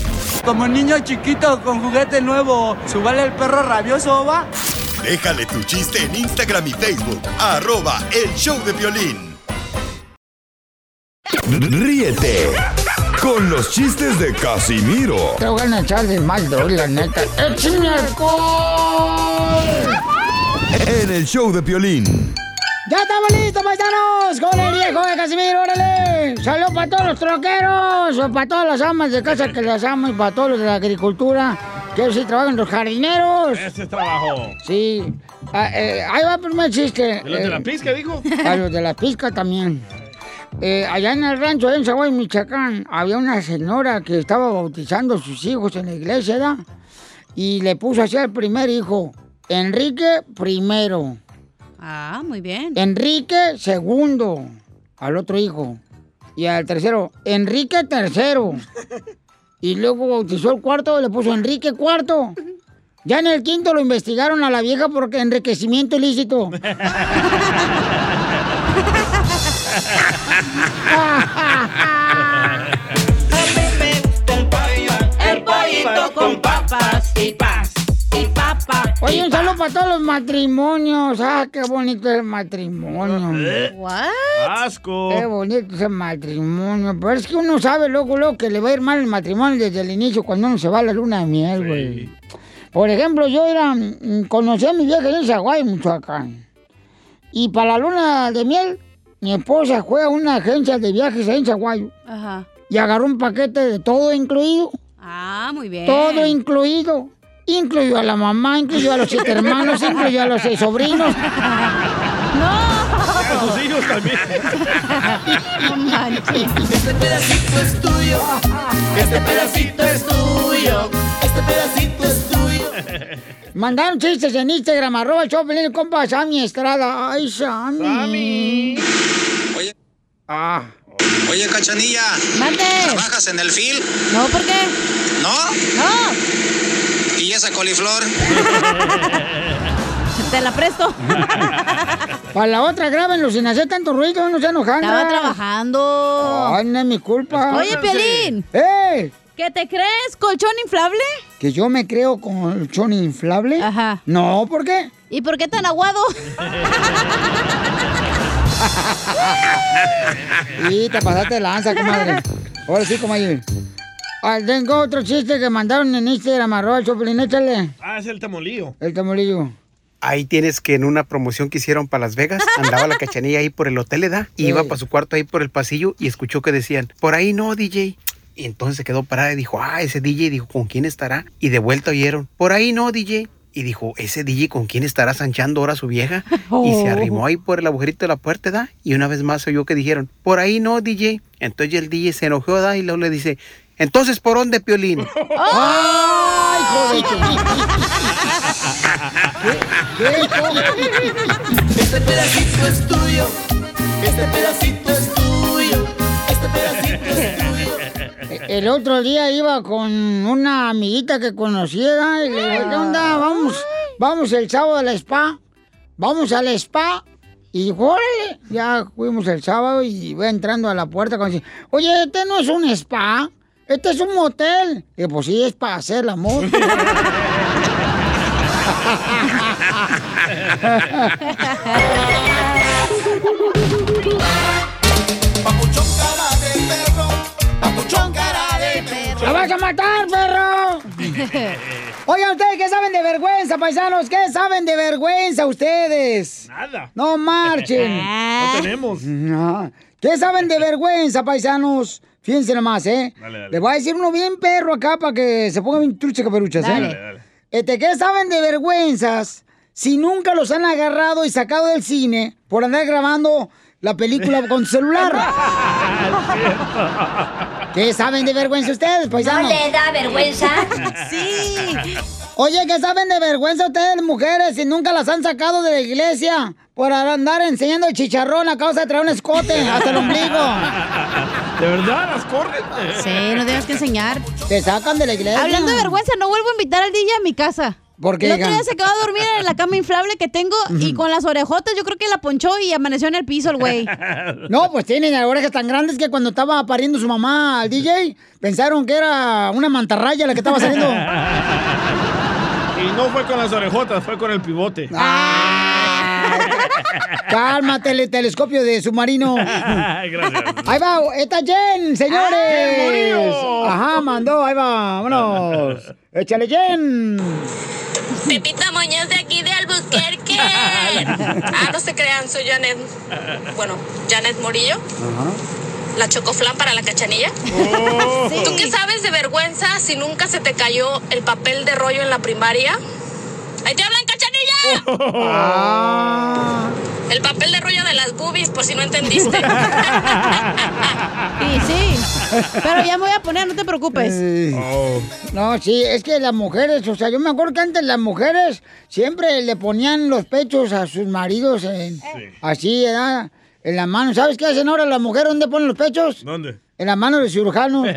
Speaker 18: Como niño chiquito con juguete nuevo, subale el perro rabioso, va.
Speaker 2: Déjale tu chiste en Instagram y Facebook. Arroba el show de violín.
Speaker 19: Ríete con los chistes de Casimiro
Speaker 1: Tengo ganas de echarle más de hoy, la neta. ¡Eh, ¡Échame alcohol!
Speaker 19: en el show de Piolín.
Speaker 1: ¡Ya estamos listos, paisanos! ¡Con el viejo de Casimiro, órale! ¡Salud para todos los troqueros! ¡Para todas las amas de casa que las amo! ¡Y para todos los de la agricultura! ¡Que sí trabajan los jardineros!
Speaker 5: Ese es trabajo.
Speaker 1: Sí. Ah, eh, ahí va el primer chiste.
Speaker 5: ¿De los de la
Speaker 1: Eh,
Speaker 5: pizca, dijo?
Speaker 1: A los de la pizca también. Eh, allá en el rancho, en Saguay, Michoacán, había una señora que estaba bautizando a sus hijos en la iglesia, ¿verdad? Y le puso así al primer hijo, Enrique primero,
Speaker 4: Ah, muy bien.
Speaker 1: Enrique segundo, al otro hijo. Y al tercero, Enrique tercero. Y luego bautizó el cuarto, le puso Enrique cuarto. Ya en el quinto lo investigaron a la vieja porque enriquecimiento ilícito.
Speaker 12: El pollito con papas y paz. Y papa.
Speaker 1: Oye, un saludo para todos los matrimonios. Ah, qué bonito es el
Speaker 12: eh,
Speaker 1: matrimonio.
Speaker 4: ¿What?
Speaker 5: ¿Eh? Asco.
Speaker 1: Qué bonito es el matrimonio. Pero es que uno sabe, loco, loco, que le va a ir mal el matrimonio desde el inicio cuando uno se va a la luna de miel, güey. Por ejemplo, yo era, mm, conocí a mi vieja en Zaguay, Michoacán. Y para la luna de miel, mi esposa fue a una agencia de viajes ahí en Zaguayo
Speaker 4: Ajá.
Speaker 1: y agarró un paquete de todo incluido.
Speaker 4: Ah, muy bien.
Speaker 1: Todo incluido. Incluyó a la mamá, incluyó a los siete hermanos, incluyó a los seis sobrinos.
Speaker 12: ¡No!
Speaker 5: A sus hijos también.
Speaker 12: Este pedacito es tuyo. Este pedacito es tuyo. Este pedacito es tuyo.
Speaker 1: Mandaron chistes en Instagram, arroba el Choplin, el compa Sammy Estrada. Ay, Sammy.
Speaker 20: Oye.
Speaker 1: Ah.
Speaker 20: Oye, Cachanilla. ¿Trabajas en el fil?
Speaker 4: No, ¿por qué?
Speaker 20: ¿No?
Speaker 4: No.
Speaker 20: ¿Y esa coliflor?
Speaker 4: Te la presto.
Speaker 1: Para la otra, grábenlo sin hacer tanto ruido, no se enojan.
Speaker 4: Estaba trabajando.
Speaker 1: Ay, no es mi culpa.
Speaker 4: Oye, Piolín.
Speaker 1: ¡Eh!
Speaker 4: ¿Qué te crees? ¿Colchón inflable?
Speaker 1: ¿Que yo me creo colchón inflable? Ajá. No, ¿por qué?
Speaker 4: ¿Y por qué tan aguado?
Speaker 1: Y te pasaste de lanza, comadre. Ahora sí, comadre. Ah, tengo otro chiste que mandaron en Instagram, arroba el Choplin, échale.
Speaker 5: Ah, es el temolío.
Speaker 1: El tamolillo.
Speaker 21: Ahí tienes que en una promoción que hicieron para Las Vegas, andaba la cachanilla ahí por el hotel, ¿edad? Y iba
Speaker 22: Sí.
Speaker 21: para su cuarto ahí por el pasillo y escuchó que decían, por ahí no, DJ. Y entonces se quedó parada y dijo, ah, ese DJ, dijo, ¿con quién estará? Y de vuelta oyeron, por ahí no, DJ. Y dijo, ese DJ, ¿con quién estará sanchando ahora su vieja? Y se
Speaker 22: Oh.
Speaker 21: arrimó ahí por el agujerito de la puerta, ¿da? Y una vez más oyó que dijeron, por ahí no, DJ. Entonces el DJ se enojó, ¿da? Y luego le dice, entonces, ¿por dónde, Piolín?
Speaker 23: Oh.
Speaker 1: ¡Ay, joder!
Speaker 24: Este pedacito es tuyo. Este pedacito es tuyo. Este pedacito es tuyo.
Speaker 11: El otro día iba con una amiguita que conociera y le dije, ¿qué onda? Vamos, vamos el sábado al spa. Vamos al spa. Y dijo, órale, ya fuimos el sábado y va entrando a la puerta cuando dice, oye, este no es un spa, este es un motel. Y pues sí, es para hacer el amor.
Speaker 1: ¡La vas a matar, perro! Oigan, ¿ustedes qué saben de vergüenza, paisanos? ¿Qué saben de vergüenza ustedes? Nada. No marchen.
Speaker 25: Ah.
Speaker 11: No
Speaker 1: tenemos. ¿Qué saben de vergüenza, paisanos? Fíjense nomás, ¿eh?
Speaker 11: Dale, dale.
Speaker 1: Les voy a decir uno bien perro acá para que se pongan bien trucha caperuchas, ¿eh?
Speaker 11: Dale. Dale, dale.
Speaker 1: Este, ¿qué saben de vergüenzas si nunca los han agarrado y sacado del cine por andar grabando la película con su celular? ¿Qué saben de vergüenza ustedes, paisanos?
Speaker 25: ¿No le da vergüenza?
Speaker 1: ¡Sí! Oye, ¿qué saben de vergüenza ustedes, mujeres, si nunca las han sacado de la iglesia por andar enseñando el chicharrón a causa de traer un escote hasta el ombligo?
Speaker 5: ¿De verdad las corren?
Speaker 4: Sí, no tienes que enseñar.
Speaker 1: Te sacan de la iglesia.
Speaker 4: Hablando de vergüenza, no vuelvo a invitar al DJ a mi casa.
Speaker 1: ¿Por qué,
Speaker 4: El otro
Speaker 1: hija?
Speaker 4: día se quedó a dormir en la cama inflable que tengo y con las orejotas yo creo que la ponchó y amaneció en el piso el güey.
Speaker 1: No, pues tienen orejas tan grandes que cuando estaba pariendo su mamá al DJ, pensaron que era una mantarraya la que estaba saliendo.
Speaker 5: Y no fue con las orejotas, fue con el pivote.
Speaker 1: Cálmate, el telescopio de submarino.
Speaker 5: Gracias.
Speaker 1: Ahí va, está Jen,
Speaker 4: Ah,
Speaker 24: ¡Jen
Speaker 1: señores.
Speaker 24: Murillo!
Speaker 1: Ajá, mandó, ahí va, vámonos. Échale Jen.
Speaker 26: Pepita Moñez de aquí de Albuquerque. Ah, no se crean, soy Janet. Bueno, Janet Murillo, la chocoflan para la cachanilla.
Speaker 24: Oh. Sí.
Speaker 26: ¿Tú qué sabes de vergüenza si nunca se te cayó el papel de rollo en la primaria? ¡Ahí te hablan, cachanilla! El papel de rollo de las boobies, por si no entendiste.
Speaker 4: Sí, sí. Pero ya me voy a poner, no te preocupes.
Speaker 1: Oh. No, sí, es que las mujeres, o sea, yo me acuerdo que antes las mujeres siempre le ponían los pechos a sus maridos en- así, ¿verdad? en la mano. ¿Sabes qué hacen ahora las mujeres? ¿Dónde ponen los pechos?
Speaker 5: ¿Dónde?
Speaker 1: En la mano del cirujano.
Speaker 5: Hoy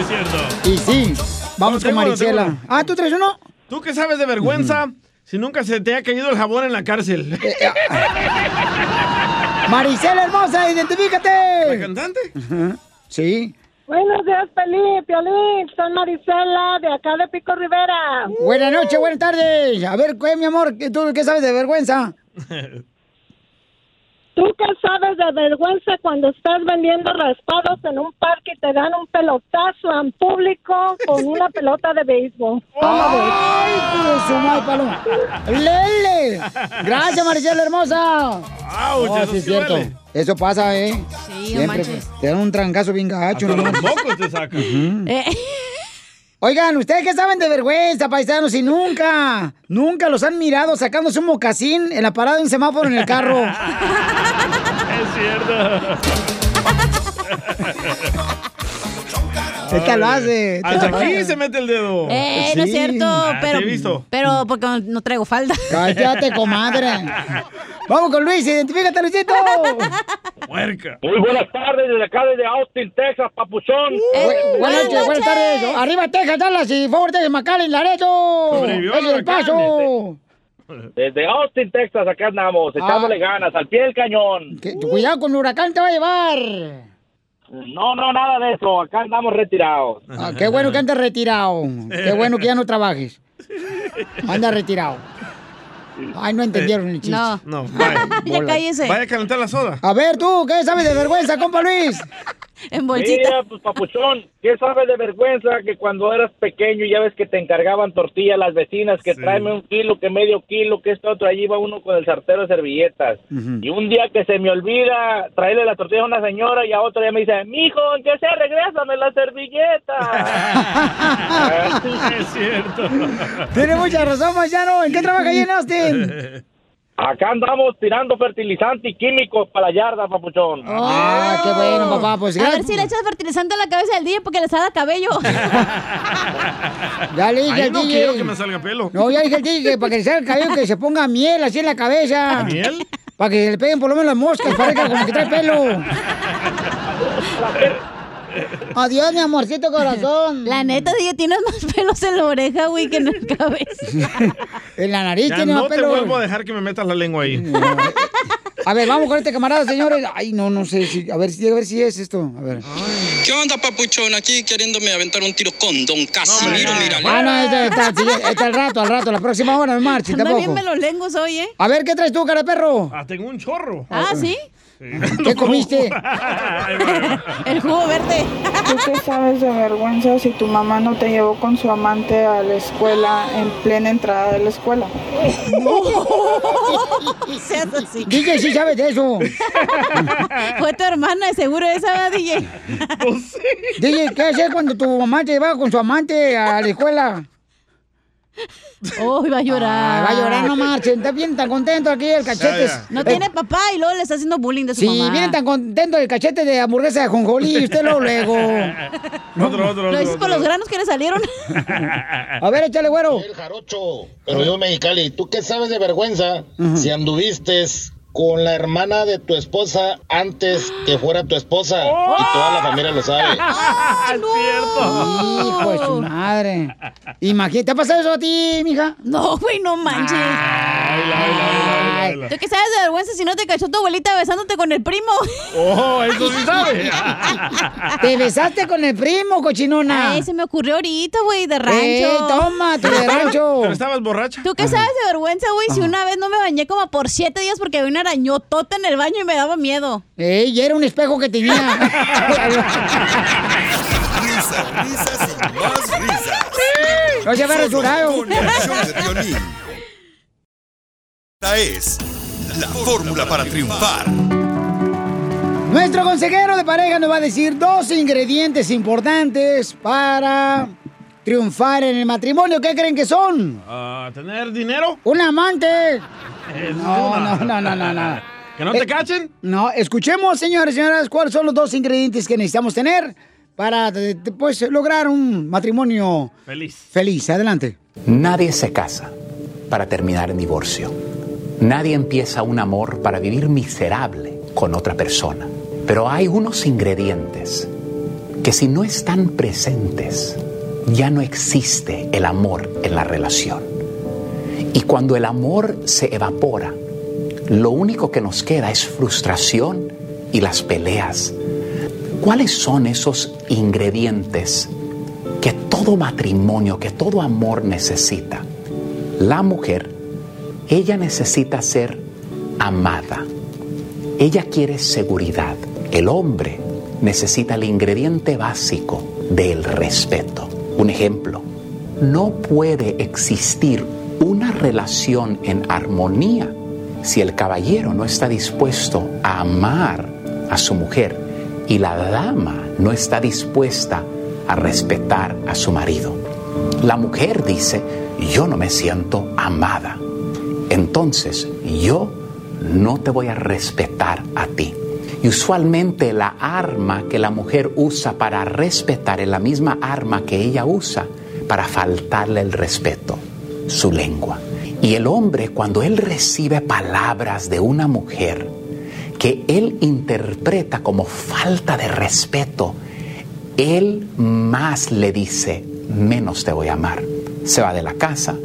Speaker 5: es cierto.
Speaker 1: y sí, vamos con
Speaker 5: Tengo uno, tengo
Speaker 1: Maricela.
Speaker 5: uno.
Speaker 1: Ah, ¿tú traes uno?
Speaker 5: ¿Tú qué sabes de vergüenza si nunca se te ha caído el jabón en la cárcel?
Speaker 1: Eh, ah, Maricela hermosa, identifícate. ¿La
Speaker 5: cantante?
Speaker 1: Sí.
Speaker 12: Buenos días, Pelín, Piolín, soy Marisela, de acá de Pico Rivera.
Speaker 1: Buenas noches, buenas tardes. A ver, ¿qué, mi amor? ¿Qué- ¿Tú qué sabes de vergüenza?
Speaker 12: ¿Tú qué sabes de vergüenza cuando estás vendiendo raspados en un parque y te dan un pelotazo en público con una pelota de béisbol?
Speaker 1: ¡Ay, pues, su madre, paloma! ¡Lele! Gracias, Maricela hermosa.
Speaker 5: Ah,
Speaker 1: Oh,
Speaker 24: Au, ya no
Speaker 1: sí, es
Speaker 24: se
Speaker 1: cierto.
Speaker 24: duele.
Speaker 1: Eso pasa, ¿eh?
Speaker 4: Sí, no
Speaker 1: Siempre
Speaker 4: manches.
Speaker 1: te dan un trancazo bien gacho.
Speaker 24: Hasta
Speaker 1: ¿no?
Speaker 24: los mocos
Speaker 5: te sacan.
Speaker 1: Ujú.
Speaker 4: Eh.
Speaker 1: Oigan, ¿ustedes qué saben de vergüenza, paisanos? Y nunca, nunca los han mirado sacándose un mocasín en la parada de un semáforo en el carro.
Speaker 5: Es cierto.
Speaker 1: Es que lo hace.
Speaker 5: Hasta
Speaker 1: Ah, Te lo
Speaker 5: aquí
Speaker 1: hace.
Speaker 5: se mete el dedo.
Speaker 4: Eh, no es cierto,
Speaker 5: Ah, te
Speaker 4: pero.
Speaker 5: he visto.
Speaker 4: Pero porque no- no traigo falda.
Speaker 1: Cállate, comadre. Vamos con Luis, identifícate, Luisito.
Speaker 27: Muy buenas tardes desde acá, desde Austin, Texas, papuchón.
Speaker 1: Bu- Eh, buenas noches, buenas tardes. Arriba Texas, Dallas y Fort Texas, McAllen, Laredo.
Speaker 27: Sobrevivió
Speaker 1: Es el
Speaker 27: el huracán,
Speaker 1: paso.
Speaker 27: Desde Austin, Texas, acá andamos,
Speaker 1: Ah.
Speaker 27: echándole ganas, al pie del cañón.
Speaker 1: Cuidado con el huracán, te va a llevar.
Speaker 27: No, no, nada de eso, acá andamos retirados.
Speaker 1: Ah, qué bueno que andas retirado. Qué bueno que ya no trabajes. Anda retirado. Ay, no entendieron el chiste.
Speaker 5: No. No, vaya.
Speaker 1: Ya cállese.
Speaker 5: Vaya a calentar la soda.
Speaker 1: A ver, tú, ¿qué sabes de vergüenza, compa Luis?
Speaker 4: En bolsita.
Speaker 27: Mira, pues papuchón, ¿qué sabes de vergüenza que cuando eras pequeño ya ves que te encargaban tortillas las vecinas, que tráeme un kilo, que medio kilo, que esto otro, allí va uno con el sartero de servilletas. Y un día que se me olvida traerle la tortilla a una señora y a otra ya me dice, mijo, ¿en qué se regrésame la servilleta? Ah, es cierto.
Speaker 1: Tiene mucha razón, Maizano. ¿En qué trabaja ahí en Austin?
Speaker 27: Acá andamos tirando fertilizante y químicos para la yarda, papuchón.
Speaker 1: Ah, qué bueno, papá. Pues
Speaker 4: Oh. A ver
Speaker 1: gracias.
Speaker 4: si le echas fertilizante a la cabeza del DJ porque le sale cabello.
Speaker 1: Ya le dije
Speaker 5: Ay,
Speaker 1: al
Speaker 5: no
Speaker 1: DJ.
Speaker 5: quiero que me salga pelo.
Speaker 1: No, ya dije al DJ que para que le salga el cabello que se ponga miel así en la cabeza.
Speaker 5: ¿Miel?
Speaker 1: Para que le peguen por lo menos las moscas, parezca como que trae pelo. Adiós, mi amorcito corazón.
Speaker 4: La neta, DJ, tienes más pelos en la oreja, güey, que en el cabeza.
Speaker 1: En la nariz
Speaker 5: Ya
Speaker 1: tiene
Speaker 5: no
Speaker 1: más
Speaker 5: te
Speaker 1: pelo.
Speaker 5: vuelvo a dejar que me metas la lengua ahí.
Speaker 1: A ver, vamos con este camarada, señores. Ay, no, no sé. Si, a, ver, si- a ver si es esto. A ver.
Speaker 23: ¿Qué onda, papuchón? Aquí queriéndome aventar un tiro con Don Casimiro, mírale.
Speaker 1: Ah, no, este está, al rato, al rato, la próxima hora, no marchen
Speaker 4: ¡Eh! Anda
Speaker 1: tampoco.
Speaker 4: bien me los lenguas hoy, ¿eh?
Speaker 1: A ver, ¿qué traes tú, cara de perro?
Speaker 5: Ah, tengo un chorro.
Speaker 4: Ah, ¿sí?
Speaker 1: ¿Qué comiste?
Speaker 4: El jugo verde.
Speaker 7: ¿Tú qué sabes de vergüenza si tu mamá no te llevó con su amante a la escuela en plena entrada de la escuela?
Speaker 4: Seas así.
Speaker 1: DJ, sí sabes de eso.
Speaker 4: Fue tu hermana, de seguro esa, ¿verdad, DJ?
Speaker 1: DJ, ¿qué haces cuando tu mamá te llevaba con su amante a la escuela?
Speaker 4: Oh, va a llorar.
Speaker 1: va a llorar, no marchen. Está bien tan contento aquí el cachetes.
Speaker 4: No tiene papá y luego le está haciendo bullying de su
Speaker 1: Si
Speaker 4: mamá.
Speaker 1: viene tan contento el cachete de hamburguesa de jonjolí, usted lo luego.
Speaker 5: Otro, otro,
Speaker 4: Lo
Speaker 5: otro,
Speaker 4: dices por los granos que le salieron.
Speaker 1: A ver, échale, güero.
Speaker 8: Pero yo, Mexicali, ¿tú qué sabes de vergüenza si anduviste con la hermana de tu esposa antes que fuera tu esposa? Y toda la familia lo sabe.
Speaker 1: Hijo de su madre. Imagínate, ¿te ha pasado eso a ti, mija?
Speaker 4: No, güey, no manches. ¿Tú qué sabes de vergüenza si no te cachó tu abuelita besándote con el primo?
Speaker 5: Oh, eso sí sabe.
Speaker 1: Te besaste con el primo, cochinona.
Speaker 4: Ay, se me ocurrió ahorita, güey, de rancho.
Speaker 1: Ey, toma, tu de rancho.
Speaker 5: Pero estabas borracha.
Speaker 4: ¿Tú qué sabes de vergüenza, güey? Si
Speaker 5: Ajá.
Speaker 4: una vez no me bañé como por siete días porque había una arañotota en el baño y me daba miedo.
Speaker 1: Ey, y era un espejo que tenía.
Speaker 2: Risas, risas y más risas.
Speaker 1: No se va a rasurar.
Speaker 2: Con el show de Piolín. Esta es la fórmula para triunfar.
Speaker 1: Nuestro consejero de pareja nos va a decir dos ingredientes importantes para triunfar en el matrimonio. ¿Qué creen que son?
Speaker 5: Ah, ¿Tener dinero?
Speaker 1: Un amante.
Speaker 5: Es
Speaker 1: No,
Speaker 5: una.
Speaker 1: no, no, no, no, no.
Speaker 5: ¿Que no te
Speaker 1: Eh,
Speaker 5: cachen?
Speaker 1: No, escuchemos, señores y señoras, cuáles son los dos ingredientes que necesitamos tener para eh, pues, lograr un matrimonio
Speaker 5: Feliz.
Speaker 1: feliz. Adelante.
Speaker 9: Nadie se casa para terminar en divorcio. Nadie empieza un amor para vivir miserable con otra persona. Pero hay unos ingredientes que si no están presentes, ya no existe el amor en la relación. Y cuando el amor se evapora, lo único que nos queda es frustración y las peleas. ¿Cuáles son esos ingredientes que todo matrimonio, que todo amor necesita? La mujer, ella necesita ser amada. Ella quiere seguridad. El hombre necesita el ingrediente básico del respeto. Un ejemplo, no puede existir una relación en armonía si el caballero no está dispuesto a amar a su mujer y la dama no está dispuesta a respetar a su marido. La mujer dice, yo no me siento amada entonces yo no te voy a respetar a ti. Y usualmente la arma que la mujer usa para respetar es la misma arma que ella usa para faltarle el respeto, su lengua. Y el hombre cuando él recibe palabras de una mujer que él interpreta como falta de respeto, él más le dice, menos te voy a amar. Se va de la casa,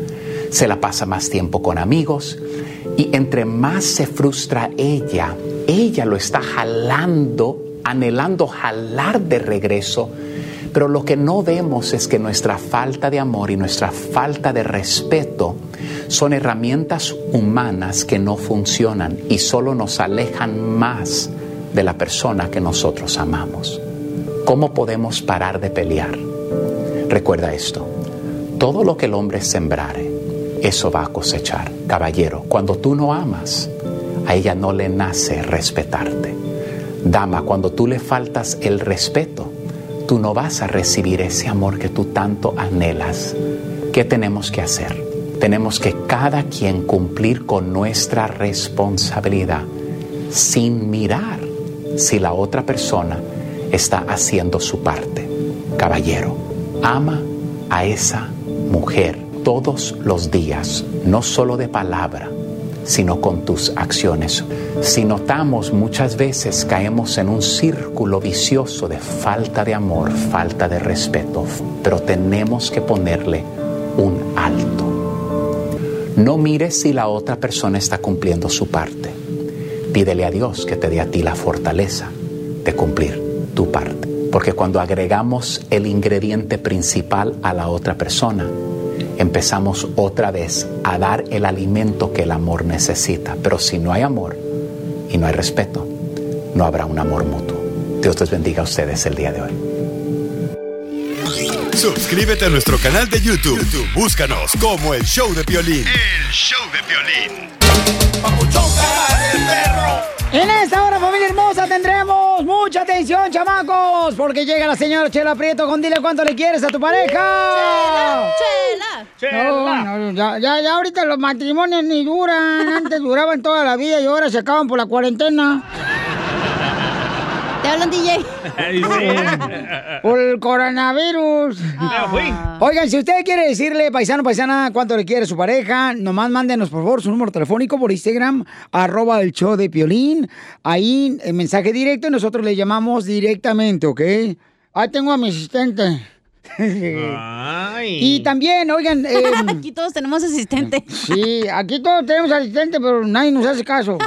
Speaker 9: se la pasa más tiempo con amigos y entre más se frustra ella, ella lo está jalando, anhelando jalar de regreso. Pero lo que no vemos es que nuestra falta de amor y nuestra falta de respeto son herramientas humanas que no funcionan y solo nos alejan más de la persona que nosotros amamos. ¿Cómo podemos parar de pelear? Recuerda esto, todo lo que el hombre sembrare, eso va a cosechar. Caballero, cuando tú no amas, a ella no le nace respetarte. Dama, cuando tú le faltas el respeto, tú no vas a recibir ese amor que tú tanto anhelas. ¿Qué tenemos que hacer? Tenemos que cada quien cumplir con nuestra responsabilidad sin mirar si la otra persona está haciendo su parte. Caballero, ama a esa mujer todos los días, no solo de palabra, sino con tus acciones. Si notamos muchas veces caemos en un círculo vicioso de falta de amor, falta de respeto, pero tenemos que ponerle un alto. No mires si la otra persona está cumpliendo su parte. Pídele a Dios que te dé a ti la fortaleza de cumplir tu parte. Porque cuando agregamos el ingrediente principal a la otra persona, empezamos otra vez a dar el alimento que el amor necesita. Pero si no hay amor y no hay respeto, no habrá un amor mutuo. Dios les bendiga a ustedes el día de hoy.
Speaker 2: Suscríbete a nuestro canal de YouTube. YouTube, Búscanos como el show de violín.
Speaker 24: show de violín.
Speaker 1: En esta hora, familia hermosa, tendremos mucha atención, chamacos, porque llega la señora Chela Prieto con dile cuánto le quieres a tu pareja.
Speaker 4: Chela,
Speaker 1: No, no, ya, ya, ya ahorita los matrimonios ni duran, antes duraban toda la vida y ahora se acaban por la cuarentena.
Speaker 4: Te hablan DJ.
Speaker 1: Por el coronavirus. Oigan, si usted quiere decirle, paisano, paisana, cuánto le quiere a su pareja, nomás mándenos, por favor, su número telefónico por Instagram, arroba el show de Piolín. Ahí, en mensaje directo, y nosotros le llamamos directamente, ¿ok? Ahí tengo a mi asistente. Y también, oigan... em,
Speaker 4: Aquí todos tenemos asistente.
Speaker 1: Sí, aquí todos tenemos asistente, pero nadie nos hace caso.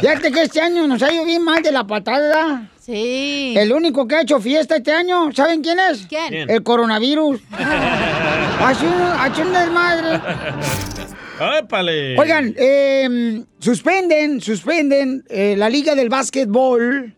Speaker 1: Fíjate que este año nos ha ido bien mal de la patada.
Speaker 4: Sí.
Speaker 1: El único que ha hecho fiesta este año, ¿saben quién es?
Speaker 4: ¿Quién?
Speaker 1: El coronavirus. ha, hecho, un- ha hecho un desmadre.
Speaker 5: ¡Épale!
Speaker 1: Oigan, eh, suspenden, suspenden eh, la liga del básquetbol.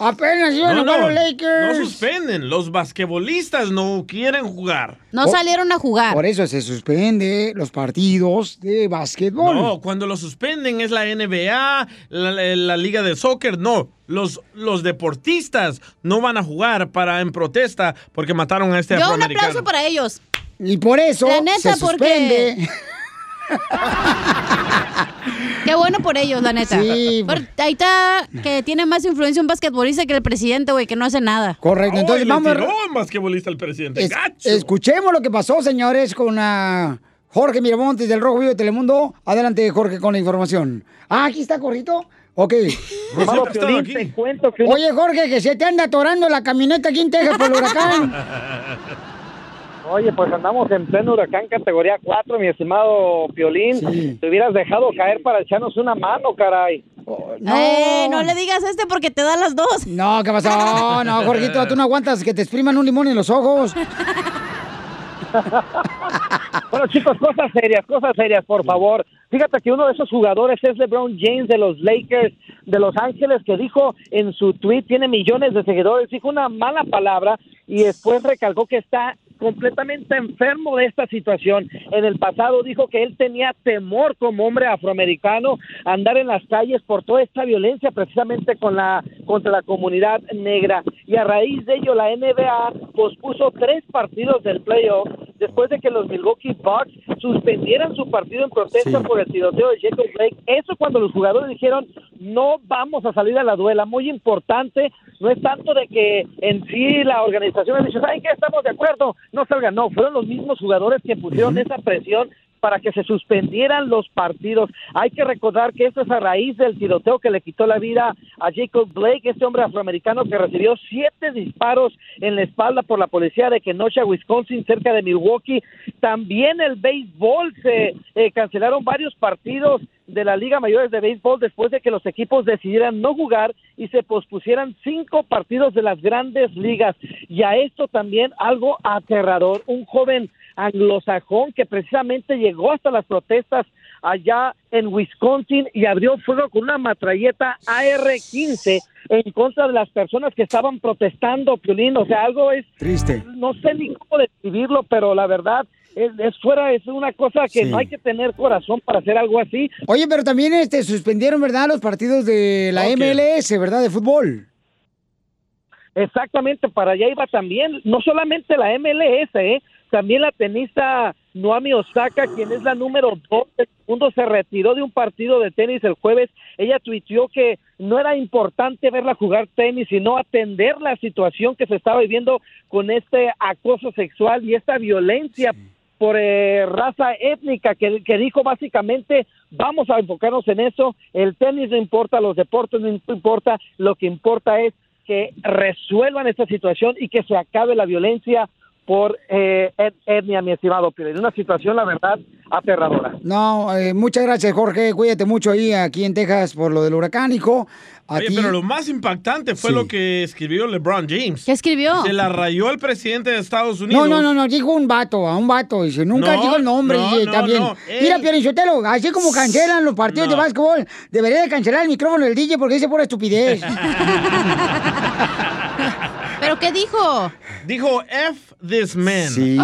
Speaker 1: Apenas iban a jugar los Lakers.
Speaker 5: No suspenden. Los basquetbolistas no quieren jugar.
Speaker 1: Oh,
Speaker 4: a jugar.
Speaker 1: Por eso se suspende los partidos de básquetbol.
Speaker 5: No, cuando los suspenden es la NBA, la, la- la liga de soccer. No, los, los deportistas no van a jugar para en protesta porque mataron a este
Speaker 4: Yo un
Speaker 5: afroamericano.
Speaker 4: aplauso para ellos.
Speaker 1: Y por eso
Speaker 4: La neta,
Speaker 1: se
Speaker 4: porque.
Speaker 1: suspende.
Speaker 4: Qué bueno por ellos, la neta.
Speaker 1: Sí. pues.
Speaker 4: Por- ahí está que tiene más influencia un basquetbolista que el presidente, güey, que no hace nada.
Speaker 1: Correcto,
Speaker 5: Ay,
Speaker 1: entonces
Speaker 5: le
Speaker 1: vamos.
Speaker 5: tiró un basquetbolista al presidente.
Speaker 1: Es-
Speaker 5: Gacho.
Speaker 1: escuchemos lo que pasó, señores, con ah, Jorge Miramontes del Rojo Vivo de Telemundo. Adelante, Jorge, con la información. Ah, aquí está, Jorgito. Ok.
Speaker 28: Hermano Piolín, te cuento que...
Speaker 1: Oye, Jorge, que se te anda atorando la camioneta aquí en Texas por el huracán.
Speaker 28: Oye, pues andamos en pleno huracán categoría 4, mi estimado Piolín. Te hubieras dejado caer para echarnos una mano, caray.
Speaker 4: No. Eh, no le digas a este porque te da las dos.
Speaker 1: No, ¿qué pasó? No, no, Jorgito, tú no aguantas que te expriman un limón en los ojos.
Speaker 28: Bueno, chicos, cosas serias, cosas serias, por favor. Fíjate que uno de esos jugadores es LeBron James de los Lakers de Los Ángeles que dijo en su tweet, tiene millones de seguidores, dijo una mala palabra y después recalcó que está completamente enfermo de esta situación. En el pasado dijo que él tenía temor como hombre afroamericano a andar en las calles por toda esta violencia precisamente con la contra la comunidad negra y a raíz de ello la NBA pospuso tres partidos del playoff después de que los Milwaukee Bucks suspendieran su partido en protesta por el tiroteo de Jacob Blake. Eso cuando los jugadores dijeron no vamos a salir a la duela. Muy importante, no es tanto de que en sí la organización ha dicho, ¿saben qué? Estamos de acuerdo, no salgan. No, fueron los mismos jugadores que pusieron esa presión para que se suspendieran los partidos. Hay que recordar que esto es a raíz del tiroteo que le quitó la vida a Jacob Blake, este hombre afroamericano que recibió siete disparos en la espalda por la policía de Kenosha, Wisconsin, cerca de Milwaukee. También el béisbol se eh, cancelaron varios partidos de la Liga Mayores de Béisbol después de que los equipos decidieran no jugar y se pospusieran cinco partidos de las grandes ligas. Y a esto también algo aterrador. Un joven anglosajón que precisamente llegó hasta las protestas allá en Wisconsin y abrió fuego con una matralleta AR-15 en contra de las personas que estaban protestando, Piolín. O sea, algo es
Speaker 1: Triste.
Speaker 28: no sé ni cómo describirlo, pero la verdad es, es fuera, es una cosa que
Speaker 1: Sí.
Speaker 28: no hay que tener corazón para hacer algo así.
Speaker 1: Oye, pero también este suspendieron, ¿verdad? Los partidos de la MLS, ¿verdad? De fútbol.
Speaker 28: Exactamente, para allá iba también, no solamente la MLS, ¿eh? también la tenista Noami Osaka, quien es la número 2 del mundo, se retiró de un partido de tenis el jueves. Ella tuiteó que no era importante verla jugar tenis, sino atender la situación que se estaba viviendo con este acoso sexual y esta violencia por eh, raza étnica, que, que dijo básicamente, vamos a enfocarnos en eso, el tenis no importa, los deportes no importa, lo que importa es que resuelvan esta situación y que se acabe la violencia por eh, et- etnia, mi estimado Pires. Una situación, la verdad, aterradora.
Speaker 1: No, eh, muchas gracias, Jorge. Cuídate mucho ahí aquí en Texas por lo del huracánico.
Speaker 5: Oye, pero lo más impactante fue lo que escribió LeBron James.
Speaker 1: ¿Qué escribió?
Speaker 5: Se la rayó el presidente de Estados Unidos.
Speaker 1: No, no, no, no, dijo un vato, a un vato, dice, nunca
Speaker 5: No,
Speaker 1: dijo el nombre,
Speaker 5: no,
Speaker 1: dice,
Speaker 5: no,
Speaker 1: también.
Speaker 5: no, ey.
Speaker 1: Mira, Piorinsotelo, así como cancelan los partidos de básquetbol, debería de cancelar el micrófono del DJ porque dice pura estupidez.
Speaker 4: ¿Pero qué dijo?
Speaker 5: Dijo "Eh, F this man. Ah.
Speaker 1: Sí.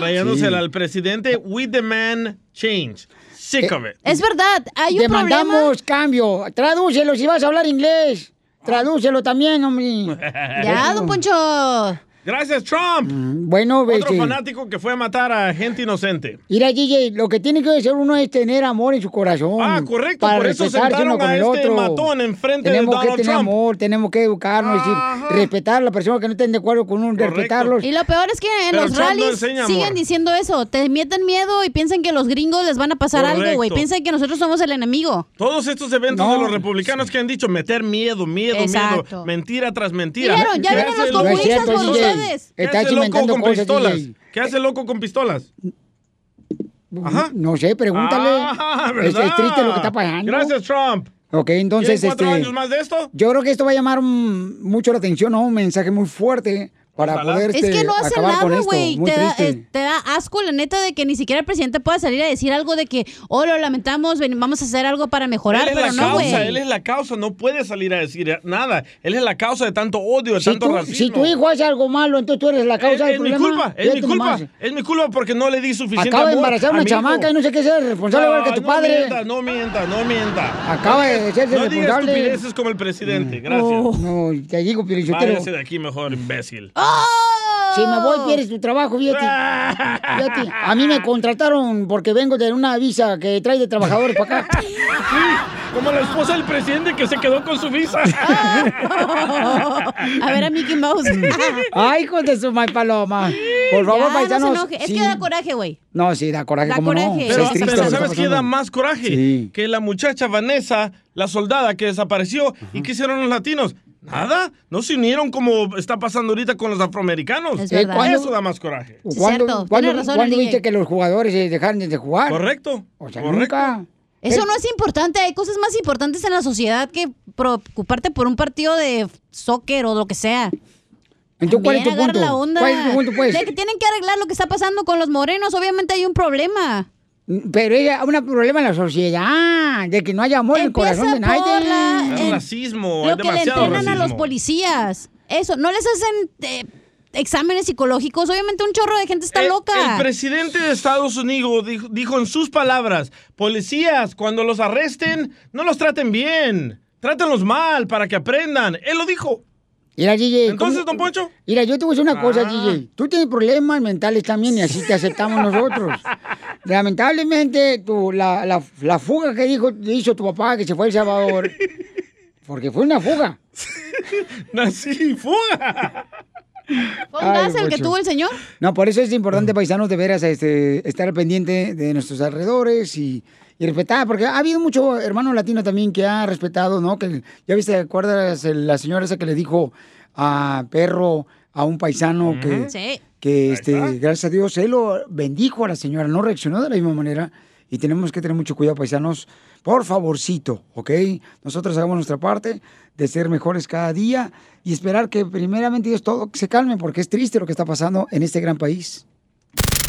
Speaker 5: Rayándosela
Speaker 1: sí.
Speaker 5: al presidente. We demand change. Sick of it.
Speaker 1: Es verdad, hay
Speaker 4: un
Speaker 1: Eh, Demandamos cambio. Tradúcelo si vas a hablar inglés. Tradúcelo también, hombre.
Speaker 5: Ya, don
Speaker 1: Poncho.
Speaker 5: Gracias, Trump.
Speaker 1: Mm, Bueno,
Speaker 5: Otro
Speaker 1: vete.
Speaker 5: fanático que fue a matar a gente inocente.
Speaker 1: Mira, DJ, lo que tiene que hacer uno es tener amor en su corazón.
Speaker 5: Ah, correcto,
Speaker 1: Para
Speaker 5: por eso
Speaker 1: respetarse
Speaker 5: sentaron
Speaker 1: uno con
Speaker 5: a
Speaker 1: el
Speaker 5: este
Speaker 1: otro.
Speaker 5: matón enfrente de
Speaker 1: tenemos
Speaker 5: Donald
Speaker 1: que tener
Speaker 5: Trump.
Speaker 1: amor, tenemos que educarnos, es decir, respetar a la persona que no estén de acuerdo con uno, respetarlos.
Speaker 4: Y lo peor es que en
Speaker 1: Pero
Speaker 4: los
Speaker 1: Trump no
Speaker 4: rallies
Speaker 1: enseña amor.
Speaker 4: siguen diciendo eso. Te meten miedo y piensan que los gringos les van a pasar algo, güey.
Speaker 5: Correcto.
Speaker 4: Piensan que nosotros somos el enemigo.
Speaker 5: Todos estos eventos
Speaker 4: No.
Speaker 5: de los republicanos que han dicho meter miedo, miedo,
Speaker 4: Exacto.
Speaker 5: miedo, mentira tras mentira.
Speaker 4: Vieron, ya
Speaker 5: ¿Qué
Speaker 4: vieron
Speaker 5: hace
Speaker 4: los
Speaker 5: el-
Speaker 4: comunistas No es cierto, con DJ. ustedes.
Speaker 5: ¿Qué
Speaker 1: Estás
Speaker 5: hace el loco
Speaker 1: inventando
Speaker 5: con
Speaker 1: cosas,
Speaker 5: pistolas?
Speaker 1: DJ.
Speaker 5: ¿Qué hace el loco con pistolas?
Speaker 1: No sé, pregúntale.
Speaker 5: Ah,
Speaker 1: es,
Speaker 5: ¿verdad?
Speaker 1: es triste lo que está pasando.
Speaker 5: Gracias, Trump.
Speaker 1: Ok, entonces,
Speaker 5: ¿Quieren cuatro
Speaker 1: este,
Speaker 5: años más de esto?
Speaker 1: yo creo que esto va a llamar mm, mucho la atención, ¿no? Un mensaje muy fuerte para
Speaker 4: Ojalá.
Speaker 1: poder
Speaker 4: es que
Speaker 1: este,
Speaker 4: no hace
Speaker 1: acabar con
Speaker 4: nada,
Speaker 1: esto.
Speaker 4: güey.
Speaker 1: Muy
Speaker 4: Te, da-
Speaker 1: triste.
Speaker 4: eh, te da asco, la neta, de que ni siquiera el presidente pueda salir a decir algo de que, oh, lo lamentamos, ven, vamos a hacer algo para mejorar,
Speaker 5: él es
Speaker 4: pero
Speaker 5: la
Speaker 4: no,
Speaker 5: causa, él
Speaker 4: güey.
Speaker 5: es la causa, no puede salir a decir eh, nada. Él es la causa de tanto odio, de tanto
Speaker 1: tú-
Speaker 5: racismo.
Speaker 1: si tu hijo hace algo malo, entonces tú eres la causa del
Speaker 5: es mi
Speaker 1: problema.
Speaker 5: culpa, es
Speaker 1: Fíjate
Speaker 5: mi culpa,
Speaker 1: nomás.
Speaker 5: es mi culpa porque no le di suficiente
Speaker 1: Acaba de
Speaker 5: amor
Speaker 1: embarazar
Speaker 5: a
Speaker 1: una
Speaker 5: mi hijo. Ah,
Speaker 1: chamaca y no sé qué ser responsable igual que tu
Speaker 5: no
Speaker 1: padre.
Speaker 5: Mienta, no mienta, no mienta.
Speaker 1: Acaba de ser
Speaker 5: No digas
Speaker 1: responsable. Mm. Oh,
Speaker 5: estupideces como el presidente, gracias.
Speaker 1: No, te digo, Pielichotero.
Speaker 5: Váyase de aquí mejor, imbécil.
Speaker 1: Si me voy, pierdes tu trabajo, fíjate. Fíjate, A mí me contrataron porque vengo de una visa que trae de trabajadores para acá.
Speaker 5: Como la esposa del presidente que se quedó con su visa.
Speaker 4: A ver a Mickey Mouse.
Speaker 1: Ay, hijo de su mal paloma. Por favor,
Speaker 4: Ya, no se
Speaker 1: paisanos.
Speaker 4: enoje. Es
Speaker 1: sí.
Speaker 4: que da coraje, güey.
Speaker 1: No, sí, da coraje,
Speaker 4: Da
Speaker 1: cómo no.
Speaker 4: coraje.
Speaker 1: Sí,
Speaker 5: Pero,
Speaker 1: es triste
Speaker 5: pero
Speaker 1: lo que
Speaker 5: ¿sabes
Speaker 1: está
Speaker 5: qué da
Speaker 1: pasando.
Speaker 5: más coraje?
Speaker 1: Sí.
Speaker 5: Que la muchacha Vanessa, la soldada que desapareció, ¿y qué hicieron los latinos? Nada, no se unieron como está pasando ahorita con los afroamericanos.
Speaker 1: Es verdad. ¿Cuándo-
Speaker 5: Eso da más coraje.
Speaker 1: ¿Cuándo, cuándo- cuándo viste que los jugadores eh, dejaron de jugar?
Speaker 5: Correcto.
Speaker 1: O sea,
Speaker 5: correcto.
Speaker 1: nunca.
Speaker 4: Eso no es importante. Hay cosas más importantes en la sociedad que preocuparte por un partido de soccer o lo que sea.
Speaker 1: Entonces, ¿cuál es tu
Speaker 4: También agarra
Speaker 1: punto?
Speaker 4: la onda.
Speaker 1: ¿Cuál es tu punto, pues?
Speaker 4: De que tienen que arreglar lo que está pasando con los morenos. Obviamente hay un problema.
Speaker 1: Pero es un problema en la sociedad, de que no haya amor en el
Speaker 4: Empieza
Speaker 1: corazón de nadie.
Speaker 4: por la-
Speaker 5: Es racismo,
Speaker 4: eh, lo
Speaker 5: es
Speaker 4: que le
Speaker 5: demasiado
Speaker 4: entrenan a los
Speaker 5: racismo.
Speaker 4: policías. Eso, no les hacen eh, exámenes psicológicos. Obviamente un chorro de gente está loca.
Speaker 5: Eh, El presidente de Estados Unidos dijo, dijo en sus palabras, policías, cuando los arresten, no los traten bien, trátenlos mal para que aprendan. Él lo dijo.
Speaker 1: Mira, DJ.
Speaker 5: Entonces,
Speaker 1: ¿cómo-
Speaker 5: don Poncho.
Speaker 1: Mira, yo te voy a decir una cosa,
Speaker 5: Ah.
Speaker 1: DJ. Tú tienes problemas mentales también y así te aceptamos nosotros. Lamentablemente, tu, la, la- la fuga que dijo, hizo tu papá que se fue a El Salvador, porque fue una fuga.
Speaker 5: Nací, fuga.
Speaker 4: ¿Fue un gas
Speaker 1: Ay,
Speaker 4: el que
Speaker 1: Poncho.
Speaker 4: tuvo el señor?
Speaker 1: No, por eso es importante, paisanos, de veras, este, estar al pendiente de nuestros alrededores y, y respetar, porque ha habido mucho hermano latino también que ha respetado, ¿no? Que ya viste, ¿te acuerdas el- la señora esa que le dijo a perro a un paisano que,
Speaker 4: Sí.
Speaker 1: que este, gracias a Dios, él lo bendijo a la señora, no reaccionó de la misma manera. Y tenemos que tener mucho cuidado, paisanos. Por favorcito, ¿ok? Nosotros hagamos nuestra parte de ser mejores cada día y esperar que primeramente Dios todo se calme, porque es triste lo que está pasando en este gran país.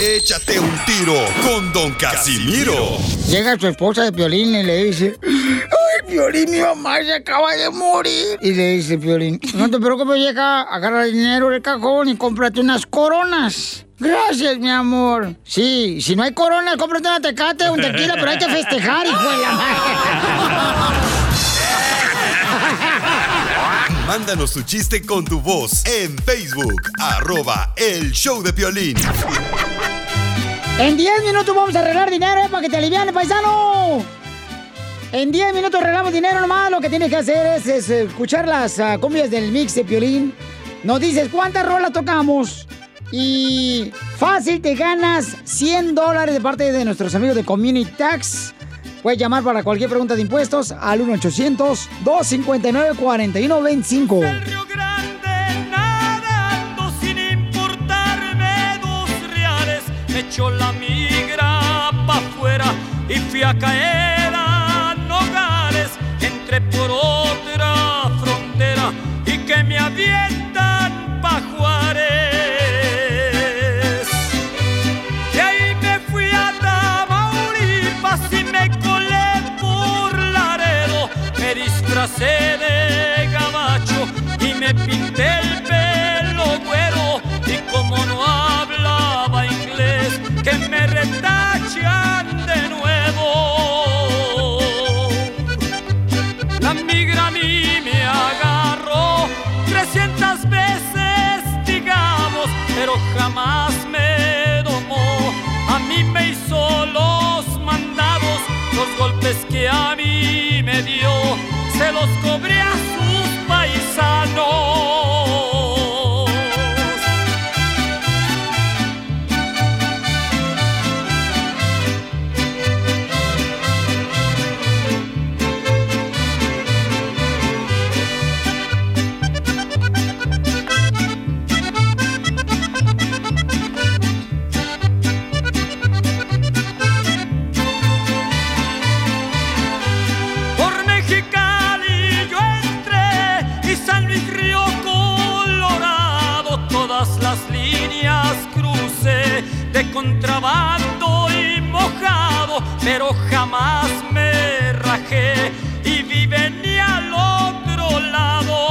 Speaker 2: Échate un tiro con Don Casimiro.
Speaker 11: Llega su esposa de Piolín y le dice... ¡Ay, Piolín, mi mamá se acaba de morir! Y le dice Piolín... No te preocupes, llega, agarra dinero del cajón y cómprate unas coronas. Gracias, mi amor. Sí, si no hay coronas, cómprate una tecate, un tequila, pero hay que festejar, hijo de la madre.
Speaker 2: Mándanos tu chiste con tu voz en Facebook. Arroba el show de violín.
Speaker 1: En 10 minutos vamos a arreglar dinero, ¿eh? Para que te aliviane, paisano.
Speaker 11: En 10 minutos arreglamos dinero nomás. Lo que tienes que hacer es, es eh, escuchar las ah, cumbias del mix de Piolín. Nos dices cuántas rolas tocamos. Y fácil te ganas 100 dólares de parte de nuestros amigos de Community Tax. Puedes llamar para cualquier pregunta de impuestos al 1-800-259-4125.
Speaker 24: Nadando sin importarme dos reales, me echó la migra pa' afuera y fui a caer a Nogales, entré por otra frontera y que me avientan pa' Juárez. De ahí me fui a Tamaulipas y me colé por Laredo, me disfracé de gabacho y me pinté el pelo güero y como no hablaba inglés, que me retachan de nuevo. La migra a mí me agarró 300 veces, digamos, pero jamás me domó. A mí me hizo los mandados, los golpes que a mí me dio, se los cobré a sus paisanos. Por Mexicali yo entré y San Luis Río Colorado, todas las líneas crucé de contrabando y mojado, pero jamás me rajé y vi venir al otro lado.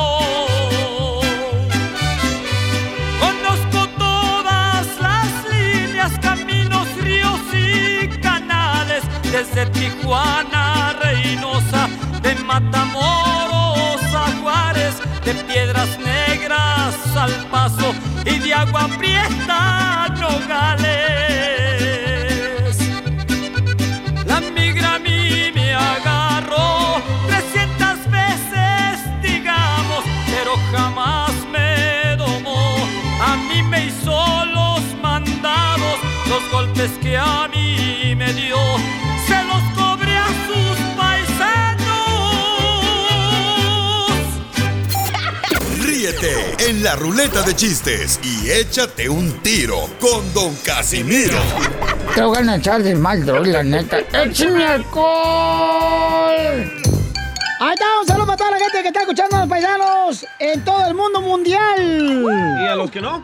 Speaker 24: Conozco todas las líneas, caminos, ríos y canales, desde Tijuana a Reynosa, de Matamoros a Juárez, de Piedras Negras al Paso y de Agua Prieta a Nogales. La migra a mí me agarró 300 veces, digamos, pero jamás me domó. A mí me hizo los mandados, los golpes que a mí me dio, se los cobré a sus paisanos.
Speaker 2: Ríete en la ruleta de chistes y échate un tiro con Don Casimiro.
Speaker 11: Tengo ganas de echar del mal, droga, la neta. ¡Écheme alcohol!
Speaker 1: Ahí está, un saludo para toda la gente que está escuchando a los paisanos en todo el mundo mundial.
Speaker 5: ¿Y a los que no?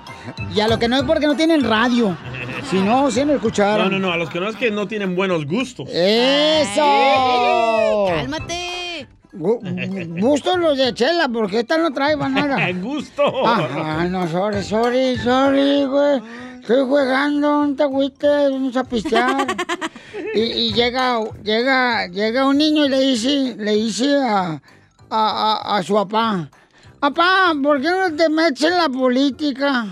Speaker 1: Y a lo que no es porque no tienen radio. Si no, si no escucharon.
Speaker 5: No, no, no, a los que no es que no tienen buenos gustos.
Speaker 1: ¡Eso!
Speaker 4: Cálmate.
Speaker 1: Gu- gu- Gusto los de Chela, porque esta no trae nada.
Speaker 5: ¡Gusto!
Speaker 1: Ah, no, sorry, sorry, sorry, güey. Estoy jugando, un te agüites, vamos a pistear. y, y llega, llega, llega un niño y le dice, le dice a, a, a- a su papá, papá, ¿por qué no te metes en la política?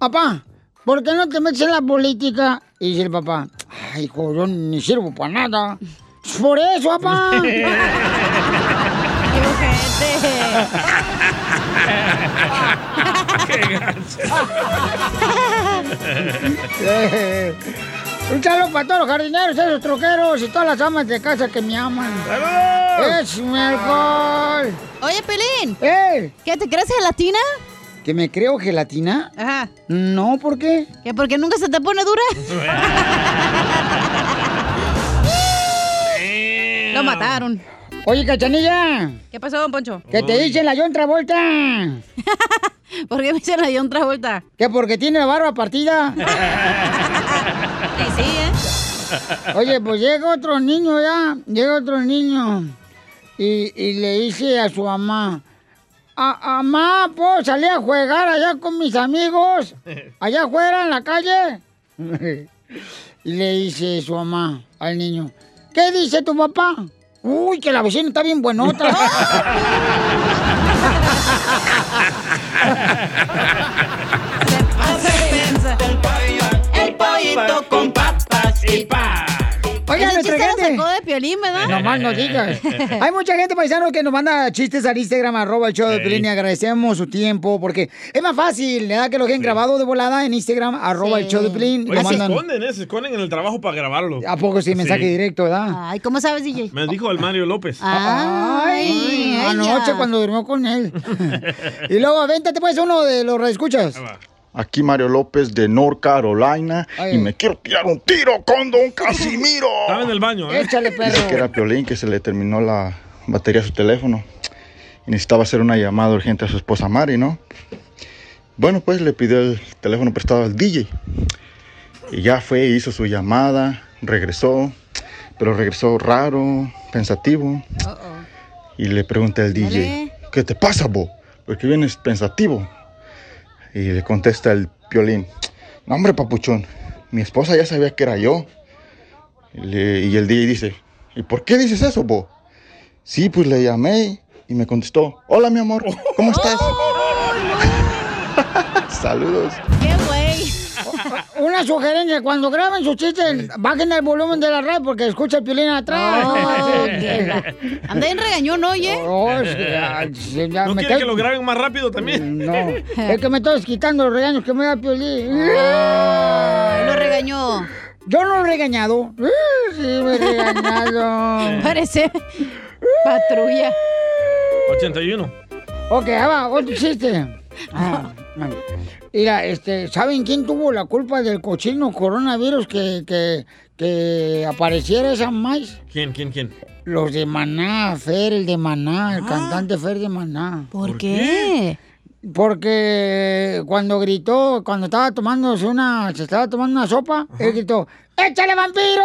Speaker 1: Papá, ¿por qué no te metes en la política? Y dice el papá, ay, hijo, yo ni sirvo para nada. Por eso, papá. Eh, Un saludo para todos los jardineros, esos troqueros y todas las amas de casa que me aman. ¡Es mi alcohol!
Speaker 4: Oye, Pelín.
Speaker 1: ¿Qué? Eh.
Speaker 4: ¿Te crees gelatina?
Speaker 1: ¿Que me creo gelatina?
Speaker 4: Ajá.
Speaker 1: No, ¿por qué?
Speaker 4: ¿Que porque nunca se te pone dura? Lo mataron.
Speaker 1: Oye, cachanilla.
Speaker 4: ¿Qué pasó, don Poncho?
Speaker 1: Que te dicen la John Travolta.
Speaker 4: ¿Por qué me dicen la John Travolta?
Speaker 1: Que porque tiene la barba partida.
Speaker 4: Sí, sí, ¿eh?
Speaker 1: Oye, pues llega otro niño ya, llega otro niño y, y le dice a su mamá, "A- mamá, ¿puedo salir a jugar allá con mis amigos? Allá afuera en la calle. y le dice su mamá al niño, ¿qué dice tu papá? Uy, que la vecina está bien buenota.
Speaker 24: El pollito con papas y pa.
Speaker 1: Oiga,
Speaker 4: Ese
Speaker 1: nuestra
Speaker 4: chiste lo
Speaker 1: gente. Eh,
Speaker 4: sacó de Piolín, ¿verdad?
Speaker 1: No más no digas. Hay mucha gente paisano que nos manda chistes al Instagram, arroba el show de
Speaker 4: Sí.
Speaker 1: Piolín, y Agradecemos su tiempo porque es más fácil, ¿verdad? Que lo dejen grabado de volada en Instagram, arroba el show de Piolín,
Speaker 5: Oye,
Speaker 1: Lo
Speaker 5: se
Speaker 1: mandan.
Speaker 5: esconden, ¿eh? Se esconden en el trabajo para grabarlo.
Speaker 1: ¿A poco sí? Mensaje
Speaker 5: Sí.
Speaker 1: directo, ¿verdad?
Speaker 4: Ay, ¿cómo sabes, DJ?
Speaker 5: Me dijo el Mario López.
Speaker 1: Ay, anoche cuando durmió con él. y luego, avéntate pues uno de los reescuchas.
Speaker 10: Aquí Mario López de North Carolina y me quiero tirar un tiro con Don Casimiro.
Speaker 5: Estaba en el baño, ¿eh?
Speaker 1: Échale,
Speaker 10: Dice que era Piolín, que se le terminó la batería a su teléfono y necesitaba hacer una llamada urgente a su esposa Mari, ¿no? Bueno, pues le pidió el teléfono prestado al DJ y ya fue, hizo su llamada, regresó, pero regresó raro, pensativo y le pregunté al DJ, ¿qué te pasa, bo? ¿Por qué vienes pensativo? Y le contesta el Piolín, no, hombre, papuchón, mi esposa ya sabía que era yo. Y le- y el DJ dice, ¿y por qué dices eso, bo? Sí, pues le llamé y me contestó, hola mi amor, ¿cómo estás? Saludos.
Speaker 4: ¡Qué güey!
Speaker 1: Una sugerencia, cuando graben sus chistes, bajen el volumen de la red porque escucha el Piolín atrás.
Speaker 4: Oh, qué Anda en regañón, ¿eh? oye.
Speaker 5: ¿No quiere que lo graben más rápido también?
Speaker 1: No. Es que me estás quitando los regaños que me da Piolín.
Speaker 4: lo regañó.
Speaker 1: Yo no lo he regañado. Sí, me he regañado.
Speaker 4: Parece patrulla.
Speaker 5: 81.
Speaker 1: Ok, ahí va, otro chiste. Ah, ah. Mira, este, ¿saben quién tuvo la culpa del cochino coronavirus que, que, que apareciera esa más?
Speaker 5: ¿Quién, quién, quién?
Speaker 1: Los de Maná, Fer, el de Maná, el cantante Fer de Maná.
Speaker 4: Ah. ¿Por, qué?
Speaker 1: Porque cuando gritó, cuando estaba tomándose una, se estaba tomando una sopa, él gritó, ¡échale vampiro!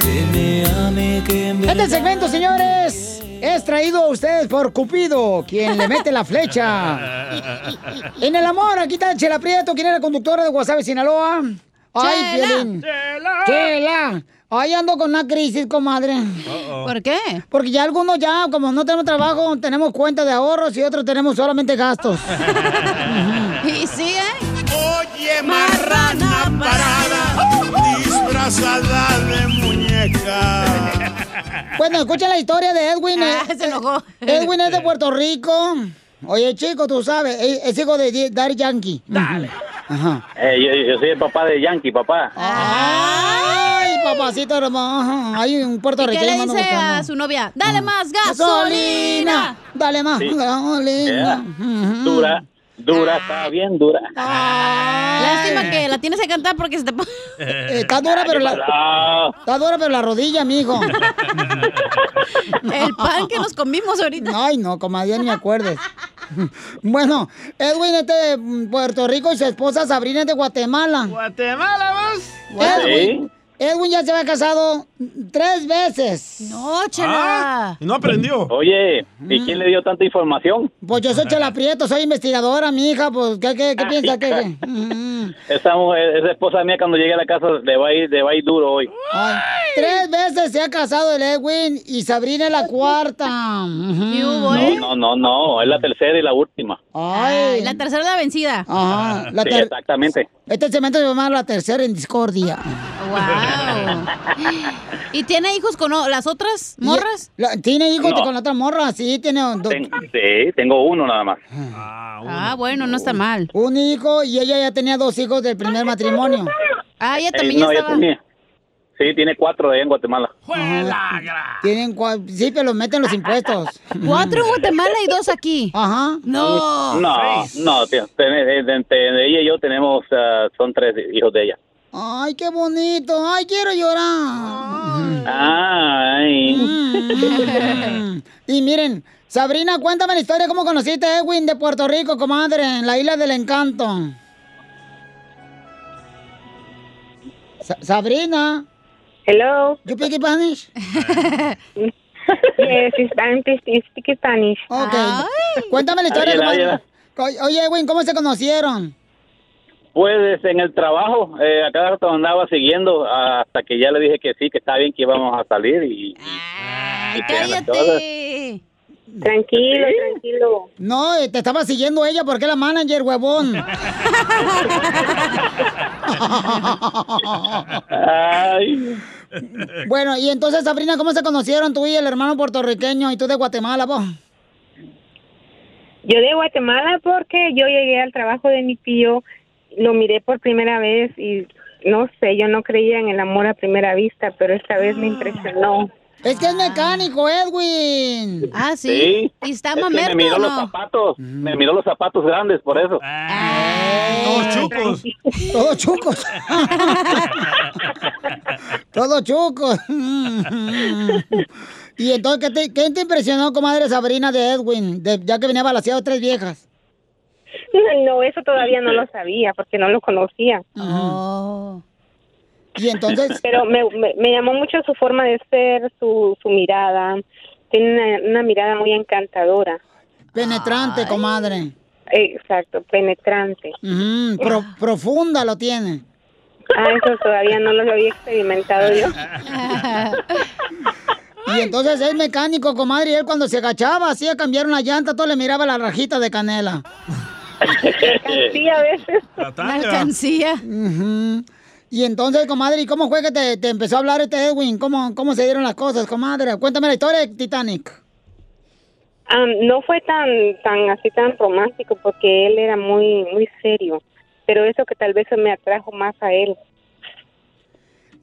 Speaker 24: que me ame, que me
Speaker 1: Este segmento, señores, es traído a ustedes por Cupido, quien le mete la flecha. En el amor, aquí está Chela Prieto, quien era conductora de Guasave, Sinaloa. Ay,
Speaker 4: Chela.
Speaker 1: Piolín. Chela. Ay, ando con una crisis, comadre.
Speaker 4: Uh-oh. ¿Por qué?
Speaker 1: Porque ya algunos ya, como no tenemos trabajo, tenemos cuenta de ahorros y otros tenemos solamente gastos.
Speaker 4: ¿Y sigue?
Speaker 24: Oye, marrana parada, disfrazada de muñeca.
Speaker 1: Bueno, escuchen la historia de Edwin. se enojó. Edwin es de Puerto Rico. Oye, chico, tú sabes, es es hijo de Daddy Yankee. Dale.
Speaker 27: Eh, yo, yo soy el papá de Yankee, papá.
Speaker 1: Ay, papacito hermoso. Hay un
Speaker 4: ¿Y qué
Speaker 1: puertorriqueño
Speaker 4: le
Speaker 1: ando
Speaker 4: dice
Speaker 1: buscando. Mm.
Speaker 4: a su novia? ¡Dale más
Speaker 1: Gasolina.
Speaker 4: gasolina!
Speaker 1: Dale más
Speaker 27: Sí.
Speaker 1: gasolina.
Speaker 27: Eh, Dura,
Speaker 1: Ah.
Speaker 27: dura, está bien dura.
Speaker 4: Lástima que la tienes que cantar porque se te pone...
Speaker 1: Eh, está dura, pero la. Está dura, pero la rodilla, mijo.
Speaker 4: El pan que nos comimos ahorita.
Speaker 1: Ay, no, comadre, ni me acuerdes. Bueno, Edwin es de mm, Puerto Rico y su esposa Sabrina es de Guatemala.
Speaker 5: ¿Guatemala vas?
Speaker 1: Edwin, Edwin ya se había casado tres veces. Ah, No,
Speaker 27: chela.
Speaker 5: No aprendió.
Speaker 27: Oye, ¿y quién le dio tanta información?
Speaker 1: Pues yo soy Chela Prieto, soy investigadora, mi hija, pues, ¿qué, qué, qué piensas? ¿Qué, qué? ¿Ah,
Speaker 27: Esa mujer, esa esposa mía cuando llegue a la casa le va a ir, le va a ir duro hoy.
Speaker 1: Ay, Tres veces se ha casado el Edwin y Sabrina es la cuarta. Ujú.
Speaker 4: ¿eh?
Speaker 27: No, no, no, es la tercera y la última.
Speaker 4: Ay, la tercera es la vencida.
Speaker 1: Ajá. La
Speaker 27: Sí,
Speaker 1: ter-
Speaker 27: exactamente.
Speaker 1: Este segmento se llama La Tercera en Discordia.
Speaker 27: Ah.
Speaker 4: ¿Y tiene hijos con o- las otras morras?
Speaker 1: La- tiene hijos
Speaker 27: No.
Speaker 1: con la otra morra, sí, tiene do-
Speaker 27: Ten- sí, tengo uno nada más.
Speaker 4: Ah, bueno, no está mal.
Speaker 1: un hijo y ella ya tenía dos hijos del primer matrimonio.
Speaker 4: Ah, ella
Speaker 27: Eh, no, ya tenía. Sí, tiene cuatro allá en Guatemala. Ah.
Speaker 1: Tienen cua- sí, pero los meten los impuestos.
Speaker 4: Cuatro en Guatemala y dos aquí.
Speaker 1: Ajá.
Speaker 4: No.
Speaker 27: No, no, tío, ten- eh, de- entre ella y yo tenemos, ah, son tres hijos de ella.
Speaker 1: Ay, qué bonito. Ay, quiero llorar.
Speaker 27: Ah. Ay.
Speaker 1: Mm. y miren, Sabrina, cuéntame la historia cómo conociste a Edwin de Puerto Rico, comadre, en la isla del encanto. Sa- Sabrina.
Speaker 11: Hello.
Speaker 1: You speak Spanish?
Speaker 11: yes, Spanish, speak Spanish.
Speaker 1: Ok. Cuéntame la historia,
Speaker 27: Águila,
Speaker 1: comadre. Co- Oye, Edwin, ¿cómo se conocieron?
Speaker 27: Pues en el trabajo, eh, a cada rato andaba siguiendo hasta que ya le dije que sí, que está bien que íbamos a salir y...
Speaker 4: Ah,
Speaker 27: y se dan las cosas.
Speaker 11: Tranquilo, tranquilo.
Speaker 1: No, eh, te estaba siguiendo ella porque es la manager, huevón.
Speaker 27: Ay.
Speaker 1: Bueno, y entonces, Sabrina, ¿cómo se conocieron tú y el hermano puertorriqueño y tú de Guatemala, vos?
Speaker 11: Yo de Guatemala porque yo llegué al trabajo de mi tío, lo miré por primera vez y no sé, yo no creía en el amor a primera vista, pero esta vez me impresionó.
Speaker 1: Ah. Es que es mecánico, Edwin.
Speaker 4: Ah,
Speaker 27: Sí.
Speaker 4: ¿Y está
Speaker 27: Es que me miró los zapatos, me miró los zapatos grandes por eso.
Speaker 1: Todos chucos. Todos chucos. Todos chucos. y entonces, ¿qué te, qué te impresionó, comadre Sabrina de Edwin? de- ya que venía balaseado tres viejas.
Speaker 11: No, eso todavía no lo sabía porque no lo conocía.
Speaker 1: Oh. Y entonces...
Speaker 11: Pero me, me- me llamó mucho su forma de ser, su, su mirada. Tiene una, una mirada muy encantadora.
Speaker 1: Penetrante, comadre.
Speaker 11: Exacto, penetrante.
Speaker 1: Ujú, pro- profunda lo tiene.
Speaker 11: Ah, eso todavía no lo había experimentado yo.
Speaker 1: Y entonces es mecánico, comadre, y él cuando se agachaba, hacía cambiar una llanta, todo le miraba la rajita de canela.
Speaker 11: Sí, a veces.
Speaker 1: La alcancía. Y entonces, comadre, ¿y cómo fue que te, te empezó a hablar este Edwin? ¿Cómo, ¿Cómo se dieron las cosas, comadre? Cuéntame la historia de Titanic.
Speaker 11: Am, no fue tan tan así tan romántico porque él era muy muy serio, pero eso que tal vez me atrajo más a él.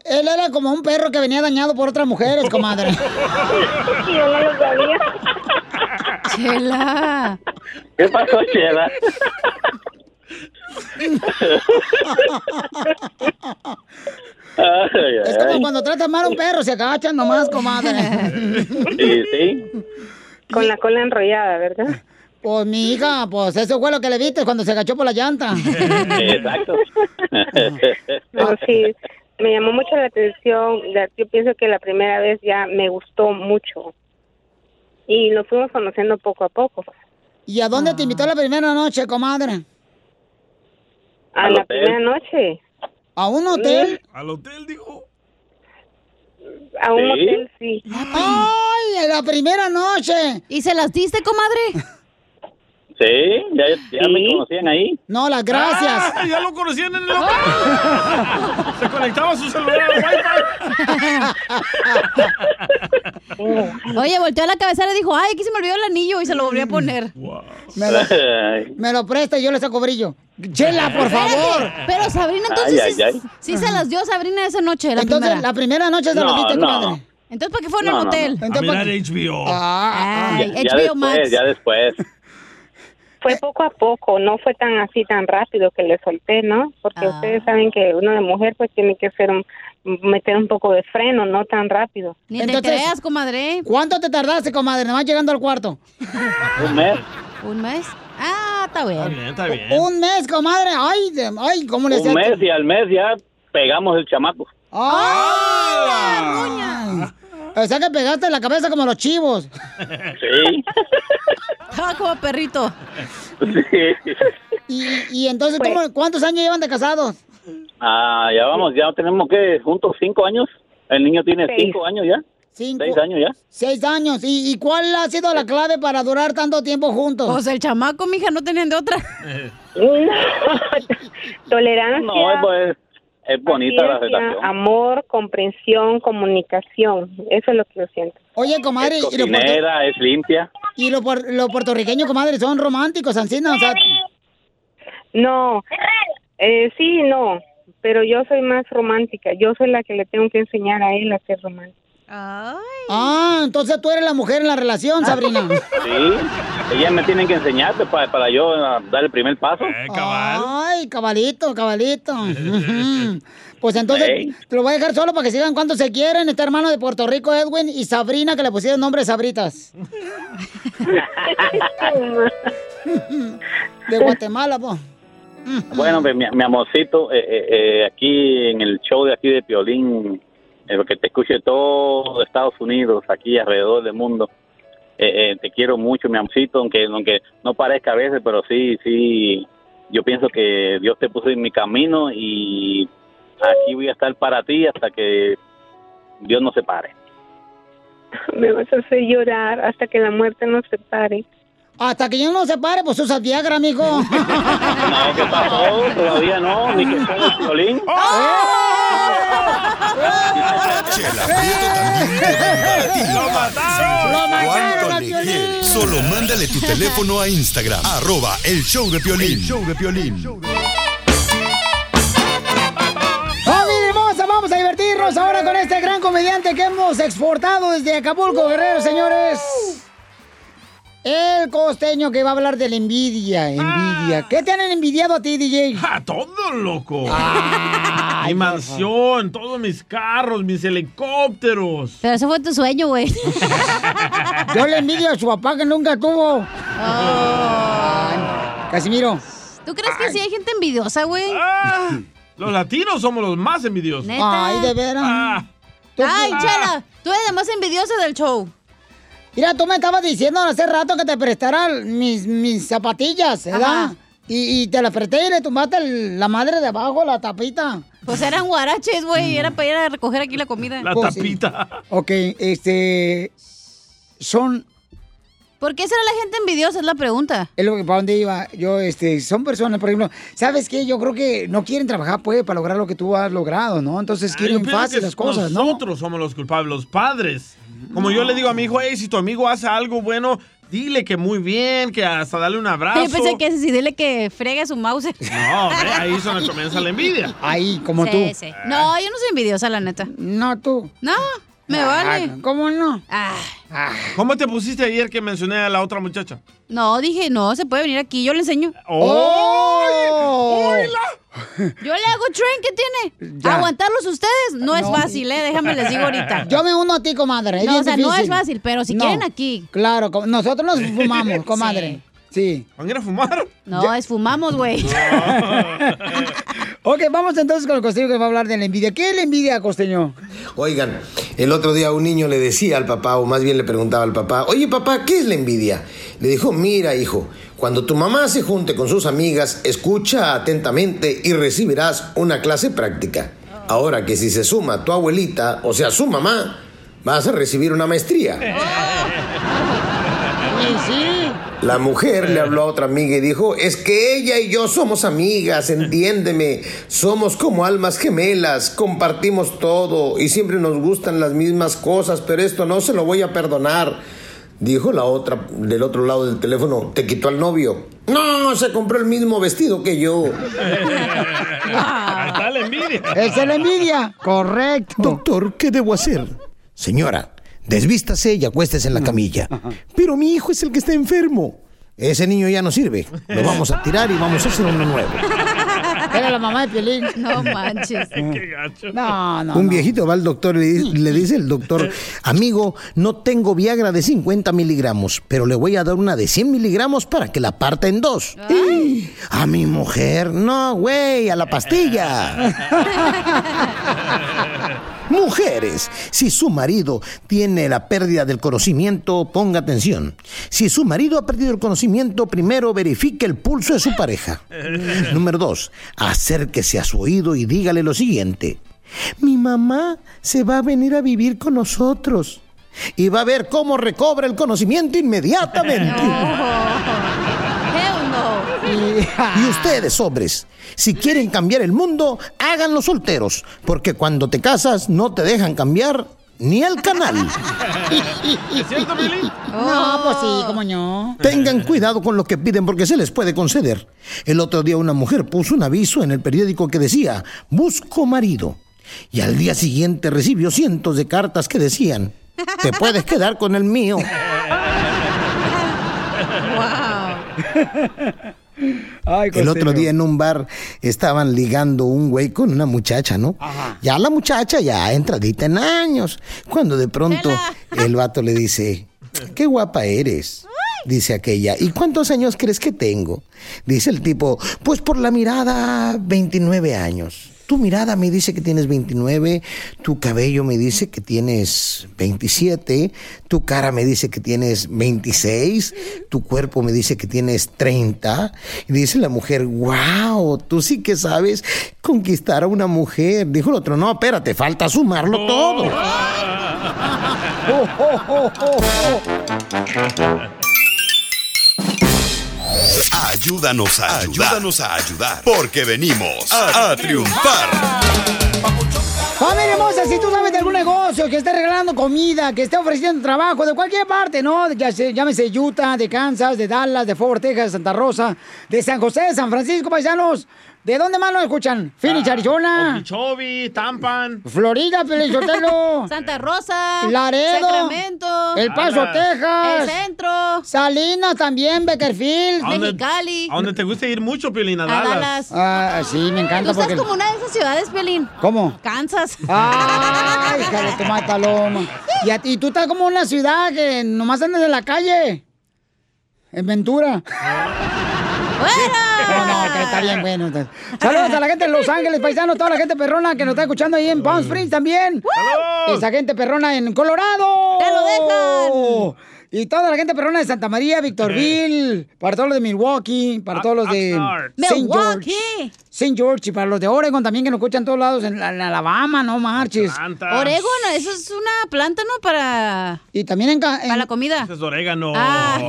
Speaker 1: Él era como un perro que venía dañado por otras mujeres, comadre.
Speaker 11: Yo no lo sabía.
Speaker 1: Chela.
Speaker 27: ¿Qué pasó, Chela? Ay, ay,
Speaker 1: Es como
Speaker 27: ay.
Speaker 1: cuando tratas mal a un perro, se agachan nomás, comadre.
Speaker 27: Sí, sí.
Speaker 11: Con la cola enrollada, ¿verdad?
Speaker 1: Pues mi hija, pues eso fue lo que le viste cuando se agachó por la llanta.
Speaker 27: Exacto.
Speaker 11: No, sí, me llamó mucho la atención. la- Yo pienso que la primera vez ya me gustó mucho y nos fuimos conociendo poco a poco.
Speaker 1: ¿Y a dónde te
Speaker 11: Ah.
Speaker 1: invitó la primera noche, comadre?
Speaker 27: Ah,
Speaker 11: A
Speaker 1: Al
Speaker 11: la
Speaker 1: hotel.
Speaker 11: primera noche.
Speaker 1: ¿A un hotel?
Speaker 11: ¿Al hotel dijo? A un
Speaker 1: Sí.
Speaker 11: hotel sí.
Speaker 1: ¡Ay, a la primera noche!
Speaker 4: ¿Y se las diste, comadre?
Speaker 27: Sí, ya, ya me conocían ahí.
Speaker 1: No, las gracias. Ah.
Speaker 5: Ah, ya lo conocían en el local. Se conectaba su celular al
Speaker 4: Oye, volteó a la cabecera y dijo, ay, aquí se me olvidó el anillo y se lo volvió a poner.
Speaker 1: Me lo, me lo presta y yo le saco brillo. ¡Chela, por
Speaker 4: Espérate,
Speaker 1: favor!
Speaker 4: Pero Sabrina, entonces
Speaker 1: Ay,
Speaker 4: sí,
Speaker 1: ay, ay.
Speaker 4: sí se las dio Sabrina esa noche, la
Speaker 1: Entonces,
Speaker 4: primera.
Speaker 1: la primera noche
Speaker 27: se las No, diste, no. comadre.
Speaker 4: Entonces, ¿para qué fueron
Speaker 27: No,
Speaker 4: al
Speaker 27: no,
Speaker 4: hotel?
Speaker 27: no. A mirar HBO. Ya,
Speaker 11: Ay,
Speaker 27: ya
Speaker 11: HBO
Speaker 27: después,
Speaker 11: Max.
Speaker 27: ya después.
Speaker 11: Fue poco a poco, no fue tan así tan rápido que le solté, ¿no?
Speaker 4: Ah.
Speaker 11: Porque ustedes saben que uno de mujer pues tiene que ser un- meter un poco de freno, no tan rápido.
Speaker 4: Ni te creas, comadre.
Speaker 1: ¿Cuánto te tardaste, comadre? Nomás llegando al cuarto.
Speaker 27: Un mes.
Speaker 4: ¿Un mes? Ah, está bien.
Speaker 27: Está bien, está bien.
Speaker 1: Un mes, comadre. Ay, de- ay, ¿cómo le
Speaker 27: Un
Speaker 1: hacías tú?
Speaker 27: mes y al mes ya pegamos el chamaco.
Speaker 1: ¡Ay, O sea que pegaste la cabeza como los chivos.
Speaker 27: Sí.
Speaker 4: Estaba como perrito.
Speaker 27: Sí.
Speaker 1: Y, y entonces,
Speaker 11: Pues.
Speaker 1: ¿cómo- ¿cuántos años llevan de casados?
Speaker 27: Ah, ya vamos, ya tenemos que juntos cinco años. El niño tiene
Speaker 1: Seis.
Speaker 27: cinco años ya.
Speaker 1: Cinco.
Speaker 27: Seis años ya.
Speaker 1: Seis años. ¿Y, y cuál ha sido la clave para durar tanto tiempo juntos? Pues
Speaker 4: el chamaco, mija, no tenían de otra.
Speaker 11: Tolerancia.
Speaker 27: No, es, bu- es- es bonita la
Speaker 11: paciencia,
Speaker 27: relación.
Speaker 1: Ah,
Speaker 11: amor, comprensión, comunicación. Eso es lo que yo siento.
Speaker 1: Oye, comadre,
Speaker 27: es
Speaker 1: y lo, puerto-
Speaker 27: cocinera, es limpia.
Speaker 1: y lo puer- lo puertorriqueño, comadre, son románticos, Ancina. O sea,
Speaker 11: No, eh, sí, no, pero yo soy más romántica. Yo soy la que le tengo que enseñar a él a ser romántico.
Speaker 1: ah, entonces tú eres la mujer en la
Speaker 11: Ah.
Speaker 1: relación, Sabrina.
Speaker 27: Sí. Ellas me tienen que enseñar pues, para, para yo ah, dar el primer paso.
Speaker 1: Ay, cabalito, cabalito. Ujú. Pues entonces
Speaker 27: Ey.
Speaker 1: te lo voy a dejar solo para que sigan cuando se quieren. Este hermano de Puerto Rico, Edwin, y Sabrina, que le pusieron nombre de Sabritas. de Guatemala, po.
Speaker 27: Bueno, pues, mi, mi amorcito, eh, eh, eh, aquí en el show de aquí de Piolín, eh, que te escuche todo Estados Unidos, aquí alrededor del mundo. Eh, eh, te quiero mucho, mi amorcito, aunque, aunque no parezca a veces, pero sí, sí, yo pienso que Dios te puso en mi camino y aquí voy a estar para ti hasta que Dios nos separe.
Speaker 11: Me vas a hacer llorar hasta que la muerte nos separe.
Speaker 1: Hasta que yo no se pare, pues usas Viagra, amigo.
Speaker 27: No, ¿qué pasó? Todavía no, ni que fuera el Piolín.
Speaker 1: ¡Oh!
Speaker 2: Chela Prieto también te va a ayudar a ti.
Speaker 29: ¡Lo mataron! ¡Lo mataron
Speaker 2: ¿Cuánto
Speaker 29: a
Speaker 2: le
Speaker 29: Piolín!
Speaker 2: quieres? Solo mándale tu teléfono a Instagram, arroba el show de Piolín. show de Piolín.
Speaker 30: ¡Familia
Speaker 1: hermosa! Vamos a divertirnos ahora con este gran comediante que hemos exportado desde Acapulco, Guerrero, señores. El costeño que va a hablar de la envidia, envidia. ¿Qué te han envidiado a ti, DJ?
Speaker 5: Ah. A todo, loco. mi mansión, todos mis carros, mis helicópteros.
Speaker 4: Pero eso fue tu sueño, güey.
Speaker 1: Yo le envidio a su papá que nunca tuvo. Casimiro.
Speaker 4: ¿Tú crees que sí hay gente envidiosa, güey?
Speaker 1: Ah.
Speaker 5: Los latinos somos los más envidiosos. Ah.
Speaker 4: Neta. Ay, de
Speaker 1: veras. Ah.
Speaker 4: Ay, Chela, tú eres la más envidiosa del show.
Speaker 1: Mira, tú me estabas diciendo hace rato que te prestara mis, mis zapatillas, ¿verdad? Y, y te las presté y le tumbaste el- la madre de abajo, la tapita.
Speaker 4: Pues eran guaraches, güey. Era para ir a recoger aquí la comida.
Speaker 1: Pues sí. Ok, este. Son.
Speaker 4: ¿Por qué será la gente envidiosa? Es la pregunta.
Speaker 1: Es lo que para dónde iba. Yo, este, son personas, por ejemplo, ¿sabes qué? Yo creo que no quieren trabajar, pues, para lograr lo que tú has logrado, ¿no? Entonces
Speaker 5: Ah, Yo
Speaker 1: quieren
Speaker 5: pienso
Speaker 1: fácil
Speaker 5: que
Speaker 1: las cosas, ¿no?
Speaker 5: Nosotros somos los culpables, los padres. Como yo le digo a mi hijo, hey, si tu amigo hace algo bueno, dile que muy bien, que hasta dale un abrazo.
Speaker 4: Yo pensé que si dile que fregue su mouse.
Speaker 5: No, ve, ahí es donde comienza la envidia.
Speaker 1: Ahí, como
Speaker 4: Sí, sí. No, yo no soy envidiosa, la neta.
Speaker 1: No, tú.
Speaker 4: No, me
Speaker 5: Ah,
Speaker 4: vale.
Speaker 1: ¿Cómo no? Ah.
Speaker 5: ¿Cómo te pusiste ayer que mencioné a la otra muchacha?
Speaker 4: No, dije, no, se puede venir aquí, yo le enseño.
Speaker 5: ¡Oh!
Speaker 4: Yo le hago tren, ¿qué tiene?
Speaker 1: Ya.
Speaker 4: Aguantarlos ustedes no, es fácil, ¿eh? Déjame les digo ahorita.
Speaker 1: Yo me uno a ti, comadre. es
Speaker 4: No,
Speaker 1: bien
Speaker 4: o sea, no
Speaker 1: difícil.
Speaker 4: es fácil, pero si quieren aquí.
Speaker 1: Claro, co- nosotros nos fumamos, comadre. Sí.
Speaker 5: ¿Van a ir a fumar?
Speaker 4: No, es fumamos, güey.
Speaker 1: Ok, vamos entonces con el costeño que va a hablar de la envidia. ¿Qué es la envidia, costeño?
Speaker 14: Oigan, el otro día un niño le decía al papá, o más bien le preguntaba al papá, oye papá, ¿qué es la envidia? Le dijo, mira hijo, cuando tu mamá se junte con sus amigas, escucha atentamente y recibirás una clase práctica. Ahora que si se suma tu abuelita, o sea, su mamá, vas a recibir una maestría. La mujer le habló a otra amiga y dijo, es que ella y yo somos amigas, entiéndeme, somos como almas gemelas, compartimos todo y siempre nos gustan las mismas cosas, pero esto no se lo voy a perdonar. Dijo la otra del otro lado del teléfono, te quitó al novio. No, se compró el mismo vestido que yo.
Speaker 5: Ahí está la envidia.
Speaker 1: Esa es la envidia. Correcto.
Speaker 14: Doctor, ¿qué debo hacer? Señora, desvístase y acuéstese en la camilla. Pero mi hijo es el que está enfermo. Ese niño ya no sirve. Lo vamos a tirar y vamos a hacer uno nuevo.
Speaker 1: Era la mamá de Piolín.
Speaker 4: No manches.
Speaker 14: Qué
Speaker 1: No, no.
Speaker 14: un
Speaker 1: no.
Speaker 14: viejito va al doctor y le, di- le dice el doctor, amigo, no tengo Viagra de 50 miligramos, pero le voy a dar una de 100 miligramos para que la parta en dos. A mi mujer, no, güey, a la pastilla. Mujeres, si su marido tiene la pérdida del conocimiento, ponga atención. Si su marido ha perdido el conocimiento, primero verifique el pulso de su pareja. Número dos, acérquese a su oído y dígale lo siguiente. Mi mamá se va a venir a vivir con nosotros y va a ver cómo recobra el conocimiento inmediatamente. Y ustedes, hombres, si quieren cambiar el mundo, háganlo solteros, porque cuando te casas no te dejan cambiar ni el canal.
Speaker 1: No, pues sí, como no.
Speaker 14: Tengan cuidado con lo que piden porque se les puede conceder. El otro día una mujer puso un aviso en el periódico que decía, busco marido. Y al día siguiente recibió cientos de cartas que decían, te puedes quedar con el mío. el otro día en un bar estaban ligando un güey con una muchacha, ¿no? Ya la muchacha ya entradita en años. Cuando de pronto el vato le dice, qué guapa eres. Dice aquella, ¿y cuántos años crees que tengo? Dice el tipo, pues por la mirada, 29 años. Tu mirada me dice que tienes 29, tu cabello me dice que tienes 27, tu cara me dice que tienes 26, tu cuerpo me dice que tienes 30. Y dice la mujer, wow, tú sí que sabes conquistar a una mujer. Dijo el otro, no, espérate, falta sumarlo todo.
Speaker 2: Ayúdanos a ayudar. Ayúdanos a ayudar. Porque venimos a, a triunfar.
Speaker 1: Familia hermosa, si tú sabes de algún negocio que esté regalando comida, que esté ofreciendo trabajo, de cualquier parte, ¿no? Ya se- llámese Utah, de Kansas, de Dallas, de Fort Worth, Texas, de Santa Rosa, de San José, de San Francisco, paisanos. ¿De dónde más nos escuchan? Phoenix, Arizona,
Speaker 5: Okeechobee, Tampan.
Speaker 1: Florida, Pelizotelo.
Speaker 4: Santa Rosa.
Speaker 1: Laredo.
Speaker 4: Sacramento.
Speaker 1: El Paso,
Speaker 5: Ah.
Speaker 1: Texas.
Speaker 4: El centro.
Speaker 1: Salinas también, Beckerfield.
Speaker 5: ¿A dónde- A donde te gusta ir mucho, Piolín, a
Speaker 4: Pues, A
Speaker 5: Dallas.
Speaker 4: Dallas.
Speaker 1: Ah, sí, me encanta
Speaker 4: Tú estás
Speaker 1: porque...
Speaker 4: como una de esas ciudades, Pelín.
Speaker 1: ¿Cómo?
Speaker 4: Kansas.
Speaker 1: Ay, hija de tu mata loma. Y, a ti, tú estás como una ciudad que nomás andas en la calle. En Ventura. No, no, que está bien bueno. está- Saludos a la gente de Los Ángeles, paisanos, toda la gente perrona que nos está escuchando ahí en Palm Springs también. Esa gente perrona en Colorado. ¡Te lo dejan! Y toda la gente perrona de Santa María, Victorville, para todos los de Milwaukee, para todos los de
Speaker 4: Oxnard.
Speaker 1: St. George.
Speaker 4: Milwaukee.
Speaker 1: St. George y para los de Oregon también que nos escuchan en todos lados, en, la- en Alabama, no marches.
Speaker 4: Oregón, eso es una planta, ¿no? Para.
Speaker 1: Y también en.
Speaker 4: Para la comida. Ah.
Speaker 5: Es orégano.
Speaker 1: Ay,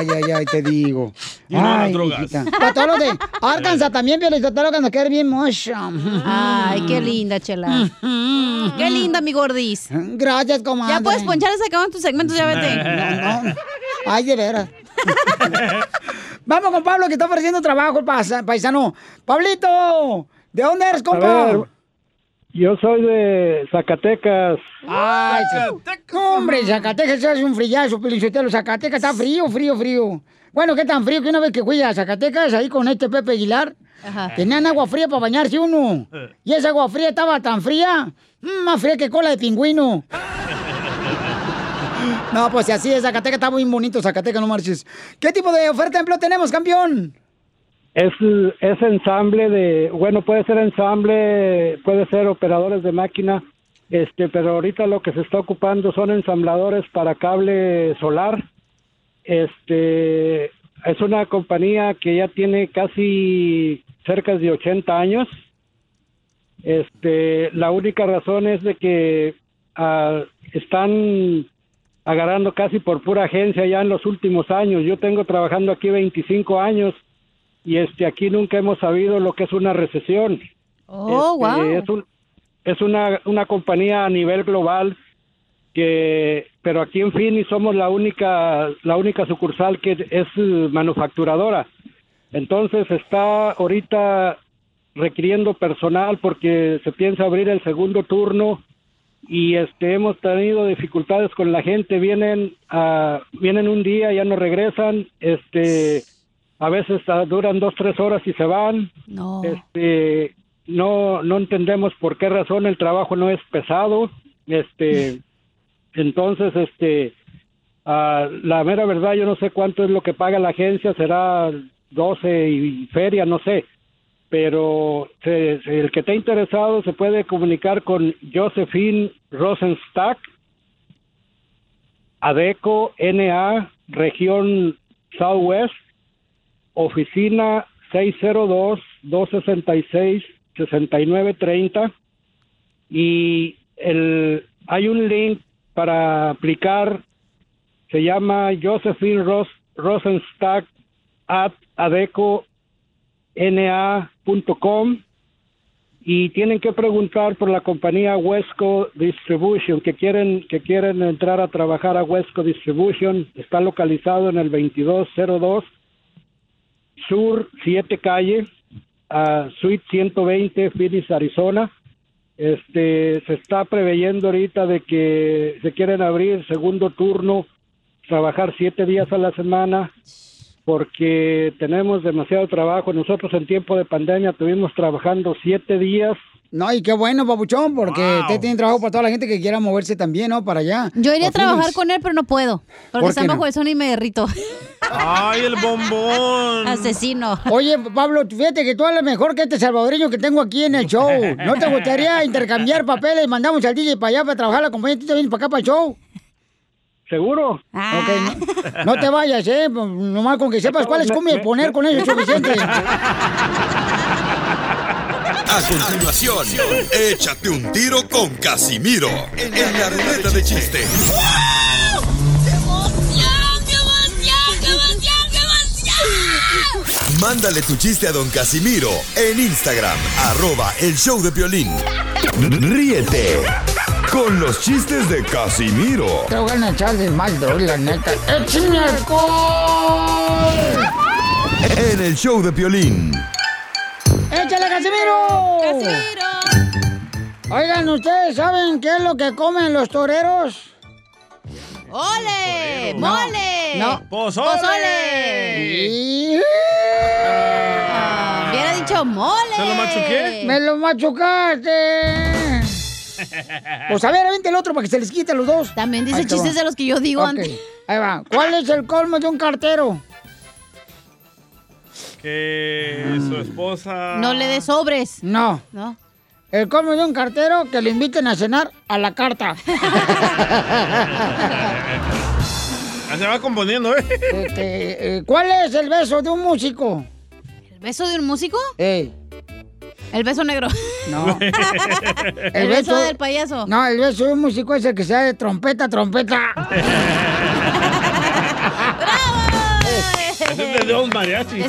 Speaker 1: ay, ay, te digo.
Speaker 5: Y no las
Speaker 1: Ay,
Speaker 5: drogas.
Speaker 1: hijita. Para todos los de Arkansas también, Pio Lizotelo, que nos quede bien mucho.
Speaker 4: Ay, qué linda, chela. qué linda, mi gordis.
Speaker 1: Gracias, comadre.
Speaker 4: Ya puedes ponchar, se acaban tus segmentos, ya vete.
Speaker 1: No, no. Ay, de veras. Vamos con Pablo, que está ofreciendo trabajo, pasa- paisano. ¡Pablito! ¿De dónde eres, compa?
Speaker 31: ver, Yo soy de Zacatecas.
Speaker 1: Ay, Zacatecas. No, hombre, Zacatecas se hace un frillazo, Pelichotelo. Zacatecas está frío, frío, frío. Bueno, qué tan frío que una vez que fui a Zacatecas, ahí con este Pepe Aguilar, tenían agua fría para bañarse uno. Y esa agua fría estaba tan fría, mm, más fría que cola de pingüino. No, pues si así es, Zacatecas está muy bonito, Zacatecas, no marches. ¿Qué tipo de oferta de empleo tenemos, campeón?
Speaker 31: Es, es ensamble de, bueno, puede ser ensamble, puede ser operadores de máquina, este, pero ahorita lo que se está ocupando son ensambladores para cable solar. Este, es una compañía que ya tiene casi cerca de 80 años. Este, la única razón es de que ah, están agarrando casi por pura agencia ya en los últimos años. Yo tengo trabajando aquí 25 años y este aquí nunca hemos sabido lo que es una recesión.
Speaker 4: Oh,
Speaker 31: Este,
Speaker 4: wow.
Speaker 1: Eh,
Speaker 31: Es, un- es una, una compañía a nivel global que, pero aquí en Phoenix somos la única, la única sucursal que es eh, manufacturadora. Entonces está ahorita requiriendo personal porque se piensa abrir el segundo turno y este hemos tenido dificultades con la gente vienen a, vienen un día ya no regresan este a veces ah, duran dos tres horas y se van
Speaker 8: Eh,
Speaker 4: No.
Speaker 31: este no no entendemos por qué razón el trabajo no es pesado este entonces este ah, la mera verdad yo no sé cuánto es lo que paga la agencia será 12 y feria no sé pero se- se- el que esté interesado se puede comunicar con Josephine Rosenstack Adeco NA región Southwest oficina 602-266-6930 y el, hay un link para aplicar, se llama Josephine Ros, Rosenstack at adeco.na.com y tienen que preguntar por la compañía Wesco Distribution que quieren que quieren entrar a trabajar a Wesco Distribution está localizado en el 2202 Sur 7 Calle a Suite 120 Phoenix Arizona este se está preveyendo ahorita de que se quieren abrir segundo turno trabajar siete días a la semana porque tenemos demasiado trabajo. Nosotros en tiempo de pandemia estuvimos trabajando siete días.
Speaker 1: No, y qué bueno, papuchón, porque usted tiene trabajo para toda la gente que quiera moverse también, ¿no? Para allá.
Speaker 4: Yo iría a
Speaker 1: Para
Speaker 4: trabajar
Speaker 1: Phoenix.
Speaker 4: con él, pero no puedo. Porque
Speaker 1: ¿Por
Speaker 4: está
Speaker 1: qué no?
Speaker 4: bajo el sol y me derrito.
Speaker 5: ¡Ay, el bombón!
Speaker 4: Asesino.
Speaker 1: Oye, Pablo, fíjate que tú hablas mejor que este salvadoreño que tengo aquí en el show. ¿No te gustaría intercambiar papeles? Mandamos al DJ para allá para trabajar la compañía. ¿Tú te vienes para acá para el show?
Speaker 31: ¿Seguro?
Speaker 1: Ah. Ok, no, no te vayas, ¿eh? Nomás con que sepas cuáles cumbias poner con ellos es suficiente.
Speaker 2: A continuación, échate un tiro con Casimiro en la ruleta de chistes. Mándale tu chiste a don Casimiro en Instagram, arroba el show de Piolín. Ríete con los chistes de Casimiro
Speaker 1: Tengo ganas de echarle más droga, la neta. ¡Échame alcohol!
Speaker 2: en el show de Piolín.
Speaker 1: ¡Échale, Casimiro! ¡Casimiro! Oigan, ¿ustedes saben qué es lo que comen los toreros?
Speaker 4: ¡Ole!
Speaker 1: No,
Speaker 4: Eh, ¡Mole!
Speaker 1: no.
Speaker 4: ¡Pozole! Ah, hubiera dicho mole.
Speaker 1: ¿Se lo machuqué? ¡Me lo machucaste! Pues a ver, vente el otro para que se les quite a los dos. También
Speaker 4: dice chistes de los que yo digo antes.
Speaker 1: Ahí va. ¿Cuál es el colmo de un cartero?
Speaker 5: Que su esposa...
Speaker 1: des sobres. No.
Speaker 4: No.
Speaker 1: El colmo de un cartero que le inviten a cenar a la carta.
Speaker 5: Ah, Se va componiendo, ¿eh?
Speaker 1: Este, eh, ¿Cuál es el beso de un músico?
Speaker 4: ¿El beso de un músico?
Speaker 1: Ey.
Speaker 4: El beso negro.
Speaker 1: No.
Speaker 4: El, beso, del payaso.
Speaker 1: No, el beso de un músico es el que sea de trompeta, trompeta.
Speaker 5: Ese es de Old Mariachi.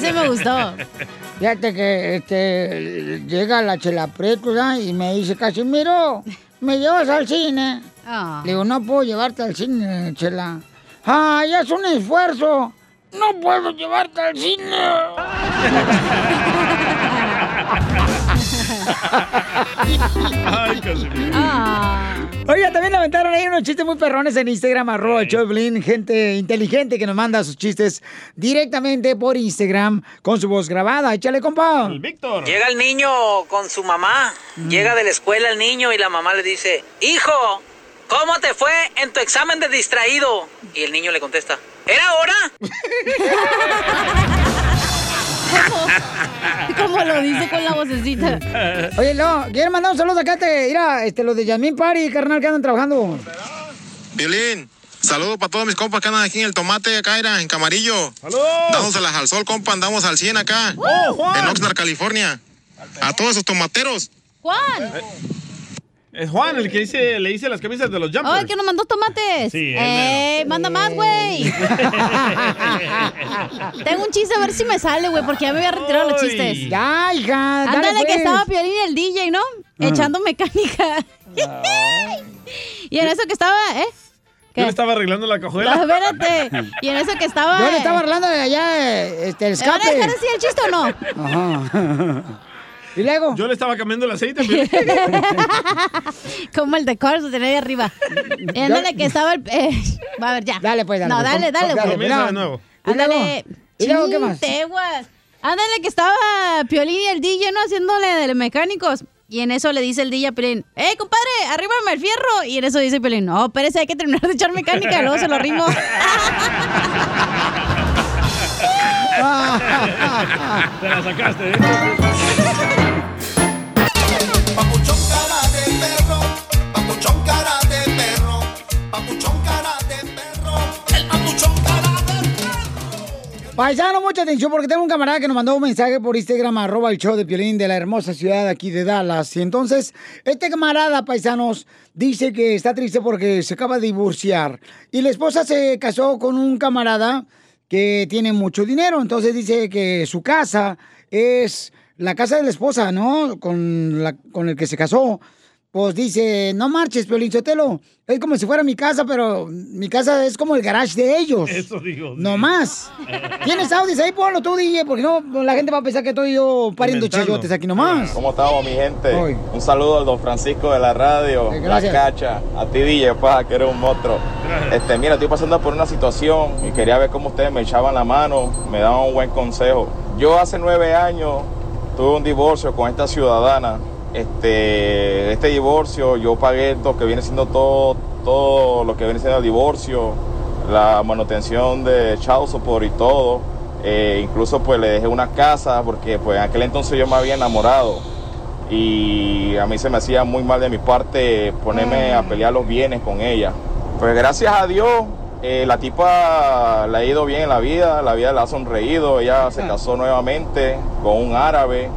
Speaker 1: Fíjate que este, llega la chela Prieto, ¿verdad? y me dice, Casimiro, ¿me llevas al cine?
Speaker 5: Ah.
Speaker 1: Le digo, no puedo llevarte al cine, chela. ¡Ay, es un esfuerzo! ¡No puedo llevarte al cine!
Speaker 24: Ay,
Speaker 1: Ah. Oiga, también aventaron ahí unos chistes muy perrones en Instagram, arroba el show de Piolín, gente inteligente que nos manda sus chistes directamente por Instagram con su voz grabada. Échale, compa.
Speaker 16: Llega el niño con su mamá.
Speaker 4: Mm.
Speaker 16: Llega de la escuela el niño y la mamá le dice, hijo, ¿cómo te fue en tu examen de distraído? Y el niño le contesta, ¿era hora?
Speaker 4: Como lo dice con la vocecita.
Speaker 1: Oye, no, quiero mandar un saludo acá, te, mira, este, los de Yasmín Party, carnal, que andan trabajando.
Speaker 32: Violín, saludos para todos mis compas que andan aquí en el tomate, acá era, en Camarillo.
Speaker 5: Saludos.
Speaker 32: Dándoselas al sol, compa, andamos al 100 acá. en Oxnard, California. A todos esos tomateros.
Speaker 5: Eh,
Speaker 4: Juan.
Speaker 5: Es eh, Juan el que dice, le hice las camisas de los jumpers.
Speaker 4: ¡Ay, que nos mandó tomates!
Speaker 5: Sí, él
Speaker 4: ¡Ey, manda más, güey! Tengo un chiste, a ver si me sale, güey, porque ya me voy a retirar los chistes.
Speaker 1: ¡Ya, hija!
Speaker 4: Ándale,
Speaker 1: dale,
Speaker 4: que
Speaker 1: pues.
Speaker 4: estaba Piolín el DJ, ¿no? Echando mecánica. y en eso que estaba, ¿eh?
Speaker 5: Yo le estaba arreglando la cajuela.
Speaker 4: No, Ah, espérate. Y en eso que estaba... eh,
Speaker 5: Yo le estaba
Speaker 1: hablando de allá, este, el
Speaker 4: ¿Me van a dejar así el chiste o no?
Speaker 1: ¿Y luego?
Speaker 5: Yo le estaba cambiando el aceite. pero-
Speaker 4: Como el de Cars, lo tenía ahí arriba. Y ándale que estaba el... eh, va a ver, ya. Dale,
Speaker 1: Mm, pues,
Speaker 4: No, dale, dale, güey.
Speaker 5: Comienza de nuevo.
Speaker 4: Ándale.
Speaker 1: ¿Y luego qué más?
Speaker 4: Chinteguas. Ándale, que estaba Piolín y el DJ, ¿no? Haciéndole de los mecánicos. Y en eso le dice el DJ a Piolín, ¡Eh, compadre, arríbame el fierro! Y en eso dice Piolín, no, espérese, hay que terminar de echar mecánica, luego se lo arrimo.
Speaker 5: Te la sacaste, ¿eh?
Speaker 1: Paisano, mucha atención porque tengo un camarada que nos mandó un mensaje por Instagram, arroba el show de Piolín de la hermosa ciudad aquí de Dallas. Y entonces, este camarada, paisanos, dice que está triste porque se acaba de divorciar. Y la esposa se casó con un camarada que tiene mucho dinero. Entonces dice que su casa es la casa de la esposa, ¿no? Con, la- con el que se casó. Pues dice, no marches, Piolín Sotelo. Es como si fuera mi casa, pero mi casa es como el garage de ellos.
Speaker 5: Eso digo.
Speaker 1: No más. ¿Tienes audios ahí? Ponlo tú, DJ, porque no, la gente va a pensar que estoy yo pariendo chayotes aquí nomás.
Speaker 23: ¿Cómo estamos, mi gente? Un saludo al don Francisco de la radio,
Speaker 1: Eh, gracias.
Speaker 23: la cacha, a ti DJ, pa, que eres un monstruo. Este, mira, estoy pasando por una situación y quería ver cómo ustedes me echaban la mano, me daban un buen consejo. Yo hace nueve años tuve un divorcio con esta ciudadana. Este, este divorcio, yo pagué lo que viene siendo todo, todo lo que viene siendo el divorcio, la manutención de child support y todo. Eh, incluso pues le dejé una casa porque pues en aquel entonces yo me había enamorado y a mí se me hacía muy mal de mi parte ponerme a pelear los bienes con ella. Pues gracias a Dios, eh, la tipa la ha ido bien en la vida, la vida la ha sonreído, ella se casó nuevamente con un árabe.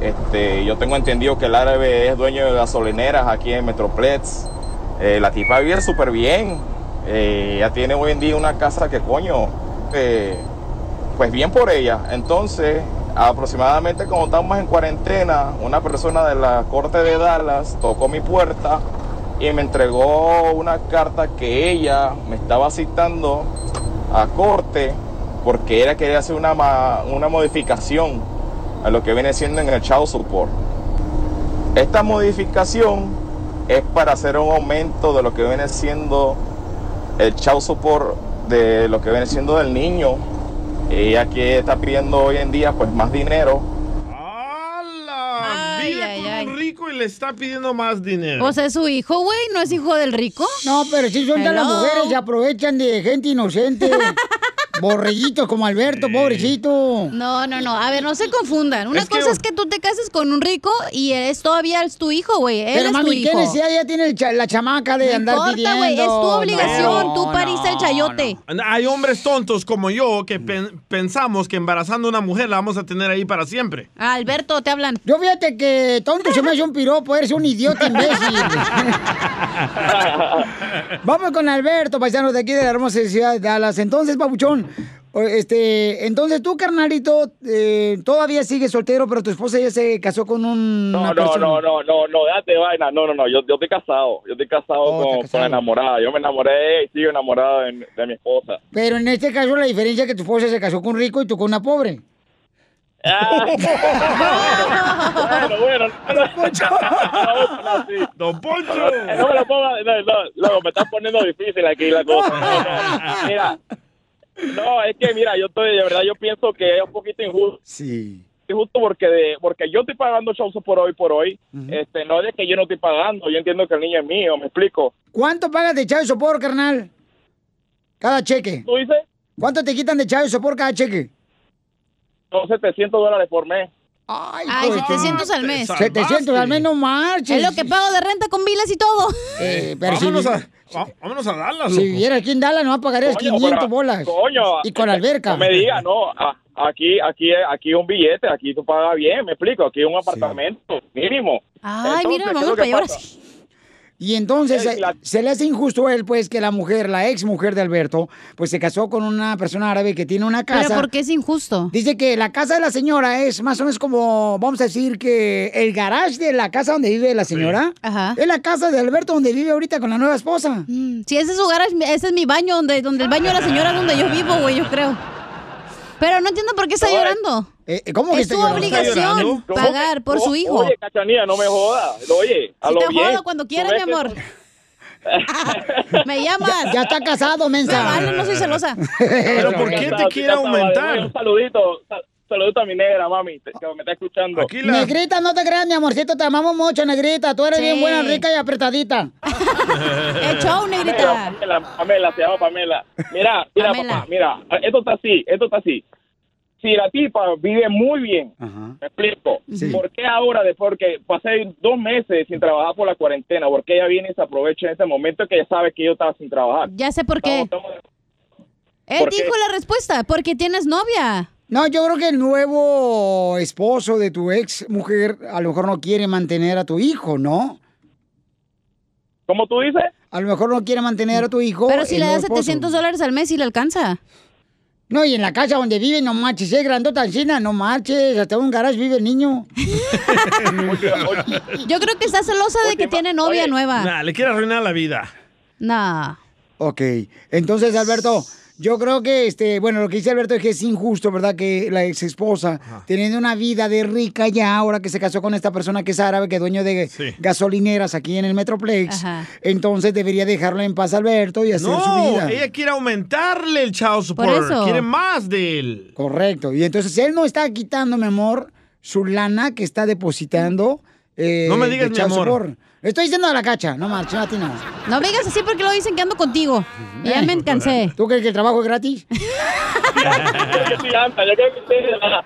Speaker 23: Este, yo tengo entendido que el árabe es dueño de gasolineras aquí en Metroplex. Eh, la tipa vive súper bien. Eh, ella tiene hoy en día una casa que coño. eh, pues bien por ella. Entonces, aproximadamente cuando estábamos en cuarentena, una persona de la corte de Dallas tocó mi puerta y me entregó una carta que ella me estaba citando a corte porque ella quería hacer una, ma- una modificación a lo que viene siendo en el child support. Esta modificación es para hacer un aumento de lo que viene siendo el child support de lo que viene siendo del niño ella que está pidiendo hoy en día pues más dinero.
Speaker 5: Vive con un rico y le está pidiendo más dinero.
Speaker 4: O sea, ¿es su hijo, güey, no es hijo del rico.
Speaker 1: No, pero sí son ya las mujeres se aprovechan de gente inocente. Borreguitos como Alberto, pobrecito.
Speaker 4: No, no, no. A ver, no se confundan. Una
Speaker 1: Es que-
Speaker 4: cosa es que tú te cases con un rico y es todavía es tu hijo, güey. Él
Speaker 1: Pero
Speaker 4: es tu
Speaker 1: mami, ¿qué
Speaker 4: hijo.
Speaker 1: necesidad ya tiene el cha- la chamaca de
Speaker 4: No
Speaker 1: andar
Speaker 4: importa,
Speaker 1: pidiendo?
Speaker 4: güey, es tu obligación,
Speaker 1: No, Mm.
Speaker 4: tú pariste el chayote.
Speaker 5: Hay hombres tontos como yo que pen- pensamos que embarazando a una mujer la vamos a tener ahí para siempre.
Speaker 4: Ah, Alberto, te hablan.
Speaker 1: Yo fíjate que tonto se me hace un piropo, eres un idiota imbécil. Vamos con Alberto, paisano de aquí de la hermosa ciudad de Dallas. Entonces, papuchón, o- este, entonces tú, carnalito, eh, todavía sigues soltero, pero tu esposa ya se casó con un.
Speaker 33: No,
Speaker 1: una
Speaker 33: no,
Speaker 1: persona.
Speaker 33: no, no, no, no, déjate de vaina. No, no, no, yo, yo estoy casado. Yo estoy casado
Speaker 1: Oh,
Speaker 33: con, con la enamorada. Yo me enamoré de ella y sigo enamorado de, de mi esposa.
Speaker 1: Pero en este caso la diferencia es que tu esposa se casó con un rico y tú con una pobre.
Speaker 33: bueno, bueno, Don Poncho.
Speaker 5: Don Poncho.
Speaker 33: No me lo pongas, no, no, luego me estás poniendo difícil aquí la cosa. No, no, mira, no, es que mira, yo estoy, de verdad, yo pienso que es un poquito injusto.
Speaker 1: Sí.
Speaker 33: Y justo porque de- porque yo estoy pagando shows por hoy por hoy este no es de que yo no estoy pagando yo entiendo que el niño es mío me explico
Speaker 1: ¿Cuánto pagas de chavo y sopor, carnal? Cada cheque.
Speaker 33: ¿Tú dices?
Speaker 1: ¿Cuánto te quitan de chavo y sopor cada cheque?
Speaker 33: son 700 dólares por mes
Speaker 1: Ay,
Speaker 4: Ay,
Speaker 1: pues,
Speaker 4: 700 al mes.
Speaker 1: 700 al mes, no marches.
Speaker 4: Es lo que pago de renta con vilas y todo.
Speaker 1: Eh, pero si-
Speaker 5: vámonos, a, va- vámonos a Dallas,
Speaker 1: Si
Speaker 5: loco.
Speaker 1: viviera aquí en Dallas, no pagarías
Speaker 33: Coño,
Speaker 1: 500
Speaker 33: pero-
Speaker 1: bolas.
Speaker 33: coño
Speaker 1: Y con alberca.
Speaker 33: no me diga no a- aquí aquí aquí un billete aquí tú pagas bien me explico aquí un apartamento mínimo
Speaker 1: Ay, mira,
Speaker 33: ¿qué es
Speaker 1: vamos
Speaker 33: lo que
Speaker 1: para allá ahora
Speaker 33: pasa?
Speaker 1: Y entonces
Speaker 33: Eh,
Speaker 1: eh, se le hace injusto a él, pues, que la mujer, la ex mujer de Alberto, pues se casó con una persona árabe que tiene una casa.
Speaker 4: Pero ¿por qué es injusto?
Speaker 1: Dice que la casa de la señora es más o menos como, vamos a decir que el garage de la casa donde vive la señora es la casa de Alberto donde vive ahorita con la nueva esposa.
Speaker 4: Si Mm, ese es su garage, ese es mi baño, donde, donde el baño de la señora es donde yo vivo, güey, yo creo. Pero no entiendo por qué está llorando.
Speaker 1: Eh, ¿cómo que
Speaker 4: es
Speaker 1: está
Speaker 4: tu
Speaker 1: llorando? ¿Está
Speaker 4: obligación
Speaker 1: llorando?
Speaker 4: pagar por su
Speaker 33: Oye,
Speaker 4: hijo.
Speaker 33: Oye, Cachanía, no me jodas. Oye, a
Speaker 4: Si
Speaker 33: lo
Speaker 4: te
Speaker 33: bien.
Speaker 4: jodo cuando quieras,
Speaker 33: Tú
Speaker 4: mi
Speaker 33: ves que
Speaker 4: amor. Me llamas.
Speaker 1: Ya, ya está casado, mensa.
Speaker 4: No, vale, no soy celosa.
Speaker 33: Pero ¿por qué te quiere aumentar? Un saludito, sal- saludito a mi negra, mami, te- que me está escuchando.
Speaker 1: Negrita, no te creas, mi amorcito, te amamos mucho, Negrita. Tú eres
Speaker 33: Sí.
Speaker 1: bien buena, rica y apretadita.
Speaker 33: Pamela, Pamela, Pamela, se llama Pamela. Mira, mira,
Speaker 1: Pamela.
Speaker 33: papá, mira, esto está así, esto está así. Si la tipa vive muy bien, me explico,
Speaker 21: Sí.
Speaker 33: ¿por qué ahora, después que pasé dos meses sin trabajar por la cuarentena, por qué ella viene y se aprovecha en este momento que ella sabe que yo estaba sin trabajar?
Speaker 4: Ya sé por qué. Él dijo la respuesta, porque tienes novia.
Speaker 1: No, yo creo que el nuevo esposo de tu ex mujer a lo mejor no quiere mantener a tu hijo, ¿no?
Speaker 27: ¿Cómo tú dices?
Speaker 1: A lo mejor no quiere mantener a tu hijo.
Speaker 4: Pero si
Speaker 1: el
Speaker 4: le
Speaker 1: nuevo
Speaker 4: das
Speaker 1: esposo.
Speaker 4: 700 dólares al mes y le alcanza.
Speaker 1: No, y en la casa donde vive, no marches, es grandota encina, no marches, hasta un garage vive el niño.
Speaker 4: Yo creo que está celosa de que tiene novia nueva.
Speaker 5: Nah, le quiere arruinar la vida.
Speaker 4: Nah.
Speaker 1: Ok, entonces Alberto, yo creo que, este, bueno, lo que dice Alberto es que es injusto, ¿verdad? Que la ex esposa, teniendo una vida de rica ya, ahora que se casó con esta persona que es árabe, que es dueño de gasolineras aquí en el Metroplex,
Speaker 4: Ajá.
Speaker 1: entonces debería dejarlo en paz Alberto y hacer su
Speaker 5: No,
Speaker 1: vida.
Speaker 5: ella quiere aumentarle el chao support.
Speaker 1: eso.
Speaker 5: Quiere más de él.
Speaker 1: Correcto, y entonces él no está quitando, mi amor, su lana que está depositando. eh,
Speaker 5: No me digas,
Speaker 1: de
Speaker 5: mi
Speaker 1: child
Speaker 5: amor.
Speaker 1: support. Le Estoy diciendo a la cacha, no marcha, no a ti no.
Speaker 4: No me digas así porque lo dicen que ando contigo. Y ya me cansé.
Speaker 1: ¿Tú crees que el trabajo es gratis?
Speaker 27: Yo soy anda, yo creo que usted es anda.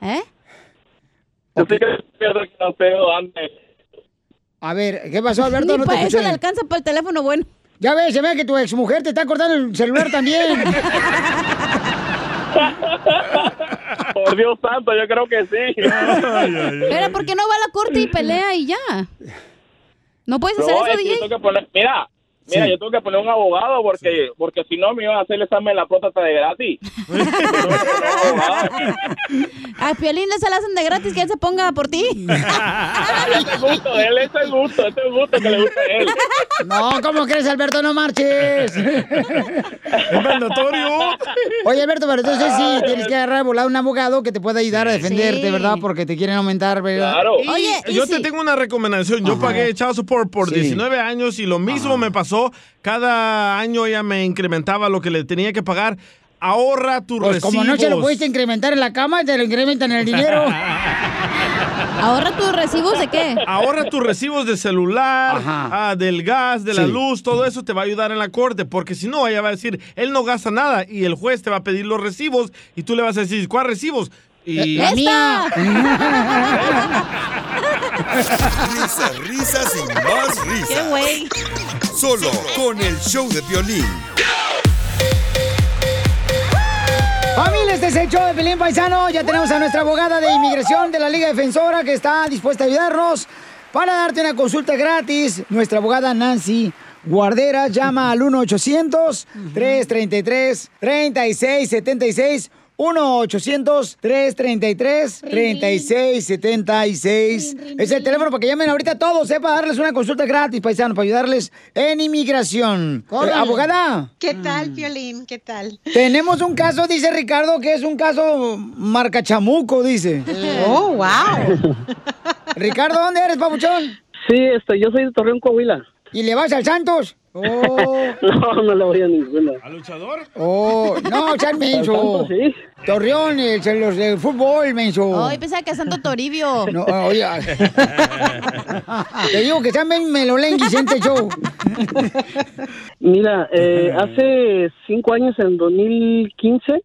Speaker 4: ¿Eh?
Speaker 27: Yo sí creo que usted es anda, pero anda.
Speaker 1: A ver, ¿qué pasó, Alberto?
Speaker 4: Ni
Speaker 1: no
Speaker 4: para
Speaker 1: te
Speaker 4: eso
Speaker 1: escuché.
Speaker 4: le alcanza para el teléfono bueno.
Speaker 1: Ya ves, se ve que tu exmujer te está cortando el celular también.
Speaker 27: Por Dios santo, yo creo que sí.
Speaker 4: Pero ¿por qué no va a la corte y pelea y ya? ¿No puedes hacer
Speaker 27: No,
Speaker 4: eso,
Speaker 27: es que yo
Speaker 4: DJ?
Speaker 27: tengo que poner- mira, mira, yo tengo que poner un abogado porque, porque si no me iban a hacer el examen de la próstata de gratis.
Speaker 4: A Piolín le se la hacen de gratis que él se ponga por ti.
Speaker 27: Este es gusto, de él este es gusto, este es gusto que le gusta a él.
Speaker 1: No, ¿cómo crees, Alberto? No marches. Es
Speaker 5: mandatorio.
Speaker 1: Oye, Alberto, pero entonces sí, tienes que agarrar volado un abogado que te pueda ayudar a defenderte,
Speaker 5: Sí.
Speaker 1: ¿verdad? Porque te quieren aumentar, ¿verdad?
Speaker 5: Y yo te tengo una recomendación. Yo pagué child support por
Speaker 1: Sí.
Speaker 5: 19 años y lo mismo me pasó. Cada año ella me incrementaba lo que le tenía que pagar. Ahorra tu
Speaker 1: Pues como no se lo
Speaker 5: recibos.
Speaker 1: pudiste incrementar en la cama, te lo incrementan en el dinero.
Speaker 4: ¿Ahorra tus recibos de qué?
Speaker 5: Ahorra tus recibos de celular, ah, del gas, de la
Speaker 1: Sí.
Speaker 5: luz, todo eso te va a ayudar en la corte, porque si no, ella va a decir, él no gasta nada y el juez te va a pedir los recibos y tú le vas a decir, ¿cuál recibos? Y...
Speaker 1: Eh,
Speaker 2: ¡La mía!
Speaker 5: Risas,
Speaker 2: risas y más risas.
Speaker 4: ¡Qué güey!
Speaker 2: Solo con el show de violín.
Speaker 1: Familia, este es el show de Pelín Paisano. Ya tenemos a nuestra abogada de inmigración de la Liga Defensora que está dispuesta a ayudarnos para darte una consulta gratis. Nuestra abogada Nancy Guardera llama al 1-800-333-3676. 1-800-333-3676. Es el teléfono para que llamen ahorita todos, ¿eh? Para darles una consulta gratis, paisano, para ayudarles en inmigración.
Speaker 7: Órale.
Speaker 1: Eh, abogada.
Speaker 7: ¿Qué tal, Piolín? ¿Qué tal?
Speaker 1: Tenemos un caso, dice Ricardo, que es un caso marca chamuco, dice.
Speaker 7: Oh, wow.
Speaker 1: Ricardo, ¿dónde eres, papuchón?
Speaker 8: Sí, este, yo soy de Torreón, Coahuila.
Speaker 1: ¿Y le vas al Santos? Oh,
Speaker 8: No, no le voy a ninguna.
Speaker 5: ¿Al luchador?
Speaker 1: oh, no, seas menso.
Speaker 8: Al Santos, sí.
Speaker 1: Torreón, el, los de fútbol, menso.
Speaker 4: Ay, pensaba que a Santo Toribio.
Speaker 1: No, ah, oye, te digo que sean bien melolenguis en este show.
Speaker 8: Mira, eh, hace cinco años, en 2015,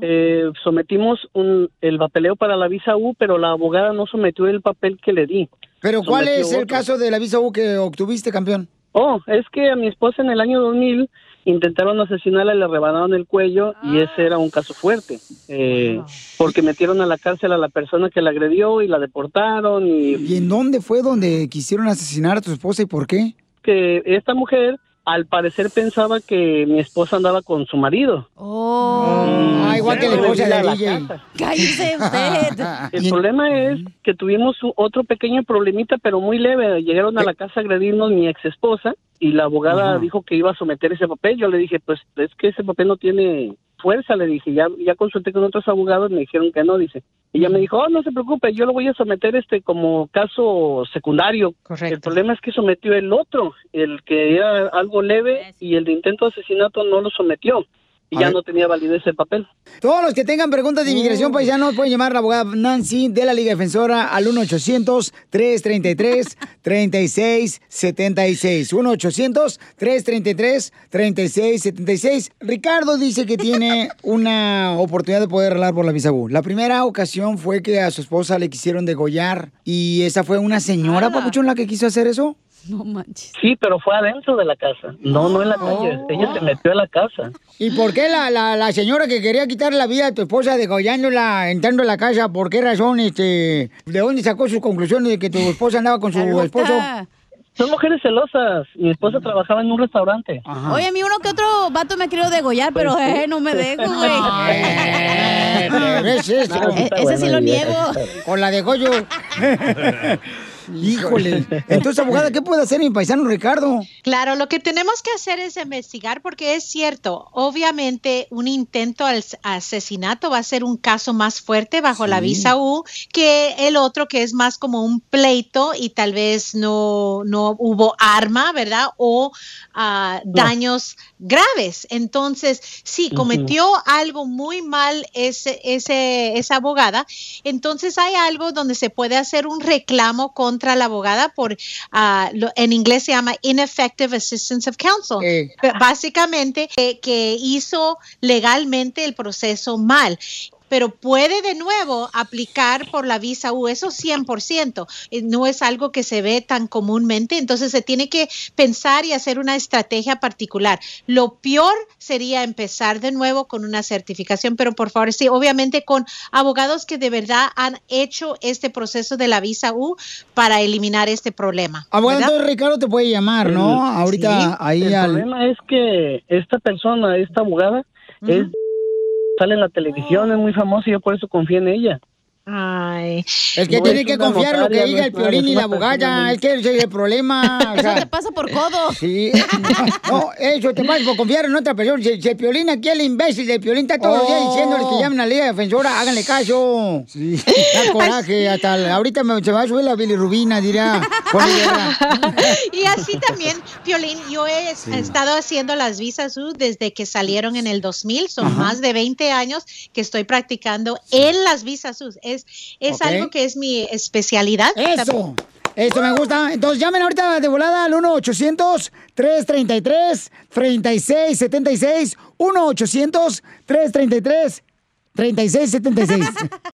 Speaker 8: eh, sometimos un, el papeleo para la visa U, pero la abogada no sometió el papel que le di.
Speaker 1: Pero ¿Cuál es el caso de la visa U que obtuviste, campeón?
Speaker 8: Oh, es que a mi esposa en el año 2000 intentaron asesinarla, le rebanaron el cuello y ese era un caso fuerte, eh, porque metieron a la cárcel a la persona que la agredió y la deportaron y
Speaker 1: ¿Y en dónde fue donde quisieron asesinar a tu esposa y por qué?
Speaker 8: que esta mujer al parecer pensaba que mi esposa andaba con su marido.
Speaker 5: Mm.
Speaker 1: Ah, igual que la esposa de la DJ.
Speaker 8: Cállese usted. El problema es que tuvimos u- otro pequeño problemita, pero muy leve. Llegaron a la casa a agredirnos mi ex esposa y la abogada
Speaker 21: Ajá.
Speaker 8: dijo que iba a someter ese papel. Yo le dije, pues es que ese papel no tiene fuerza, le dije. Ya, ya consulté con otros abogados, me dijeron que no, dice. Y ella me dijo, oh, no se preocupe, yo lo voy a someter este como caso secundario. El problema es que sometió el otro, el que era algo leve y el de intento de asesinato no lo sometió. Y
Speaker 1: A
Speaker 8: ya
Speaker 1: ver.
Speaker 8: no tenía validez el papel.
Speaker 1: Todos los que tengan preguntas de inmigración paisanos pueden llamar a la abogada Nancy de la Liga Defensora al 1-800-333-3676. 1-800-333-3676. Ricardo dice que tiene una oportunidad de poder hablar por la visa U. La primera ocasión fue que a su esposa le quisieron degollar y esa fue una señora, papuchón, la que quiso hacer eso.
Speaker 4: No manches. Oh.
Speaker 8: Sí, pero fue adentro de la casa. No, no en la calle. Ella se metió a la casa.
Speaker 1: ¿Y por qué la, la, la señora que quería quitar la vida a tu esposa degollándola, entrando a la casa, por qué razón, este, de dónde sacó sus conclusiones de que tu esposa andaba con su esposo?
Speaker 4: Ah.
Speaker 8: Son mujeres celosas. Mi esposa trabajaba en un restaurante.
Speaker 4: Oye, a mí uno que otro vato me quiero degollar, pero
Speaker 1: Pues,
Speaker 4: eh, no me dejo, güey.
Speaker 1: ah, Eh, ¿Ves eso?
Speaker 4: No, está E- ese sí bueno, lo ya, niego.
Speaker 1: Con la degollo. Híjole. Entonces, abogada, ¿qué puede hacer mi paisano Ricardo?
Speaker 7: Claro, lo que tenemos que hacer es investigar porque es cierto, obviamente un intento al asesinato va a ser un caso más fuerte bajo la
Speaker 28: Sí.
Speaker 7: visa U que el otro que es más como un pleito y tal vez no, no hubo arma, ¿verdad? O ah, daños graves. Entonces, sí,
Speaker 28: Ujú.
Speaker 7: cometió algo muy mal ese, ese, esa abogada, entonces hay algo donde se puede hacer un reclamo contra la abogada por, ah, lo- en inglés se llama ineffective assistance of counsel, B- básicamente que, que hizo legalmente el proceso mal. Pero puede de nuevo aplicar por la visa U, eso 100%. Eh, No es algo que se ve tan comúnmente, entonces se tiene que pensar y hacer una estrategia particular. Lo peor sería empezar de nuevo con una certificación, pero por favor, sí, obviamente con abogados que de verdad han hecho este proceso de la visa U para eliminar este problema.
Speaker 1: Abogada,
Speaker 7: ¿verdad?
Speaker 1: entonces Ricardo te puede llamar, ¿no?
Speaker 8: El-
Speaker 1: Ahorita
Speaker 8: sí,
Speaker 1: ahí
Speaker 8: el
Speaker 1: al...
Speaker 8: problema es que esta persona, esta abogada, es sale en la televisión, es muy famosa y yo por eso confío en ella.
Speaker 7: Ay.
Speaker 1: Es que
Speaker 8: No
Speaker 1: tiene
Speaker 8: es
Speaker 1: que
Speaker 8: una
Speaker 1: confiar lo
Speaker 8: notaria,
Speaker 1: que diga
Speaker 8: no
Speaker 1: el
Speaker 8: es una-
Speaker 1: Piolín
Speaker 8: es
Speaker 1: y
Speaker 8: una
Speaker 1: la
Speaker 8: persona
Speaker 1: abogada.
Speaker 8: muy-
Speaker 1: Es que ese es el problema.
Speaker 4: Eso te pasa por codo.
Speaker 1: Sí. No, eso te pasa por confiar en otra persona. Si, si el Piolín aquí, el imbécil del Piolín, está todos los días
Speaker 11: Oh.
Speaker 1: diciéndole que llamen a la Liga Defensora, háganle caso. Da coraje. Hasta la- ahorita me- se va a subir la bilirrubina, dirá. Juan Rivera.
Speaker 7: y así también, Piolín, yo he es- estado haciendo las visas U desde que salieron en el 2000, son más de 20 años que estoy practicando en las visas U. Es, es
Speaker 1: Ok.
Speaker 7: algo que es mi especialidad.
Speaker 1: Eso. Eso me gusta. Entonces llamen ahorita de volada al 1-800-333-3676. 1-800-333-3676.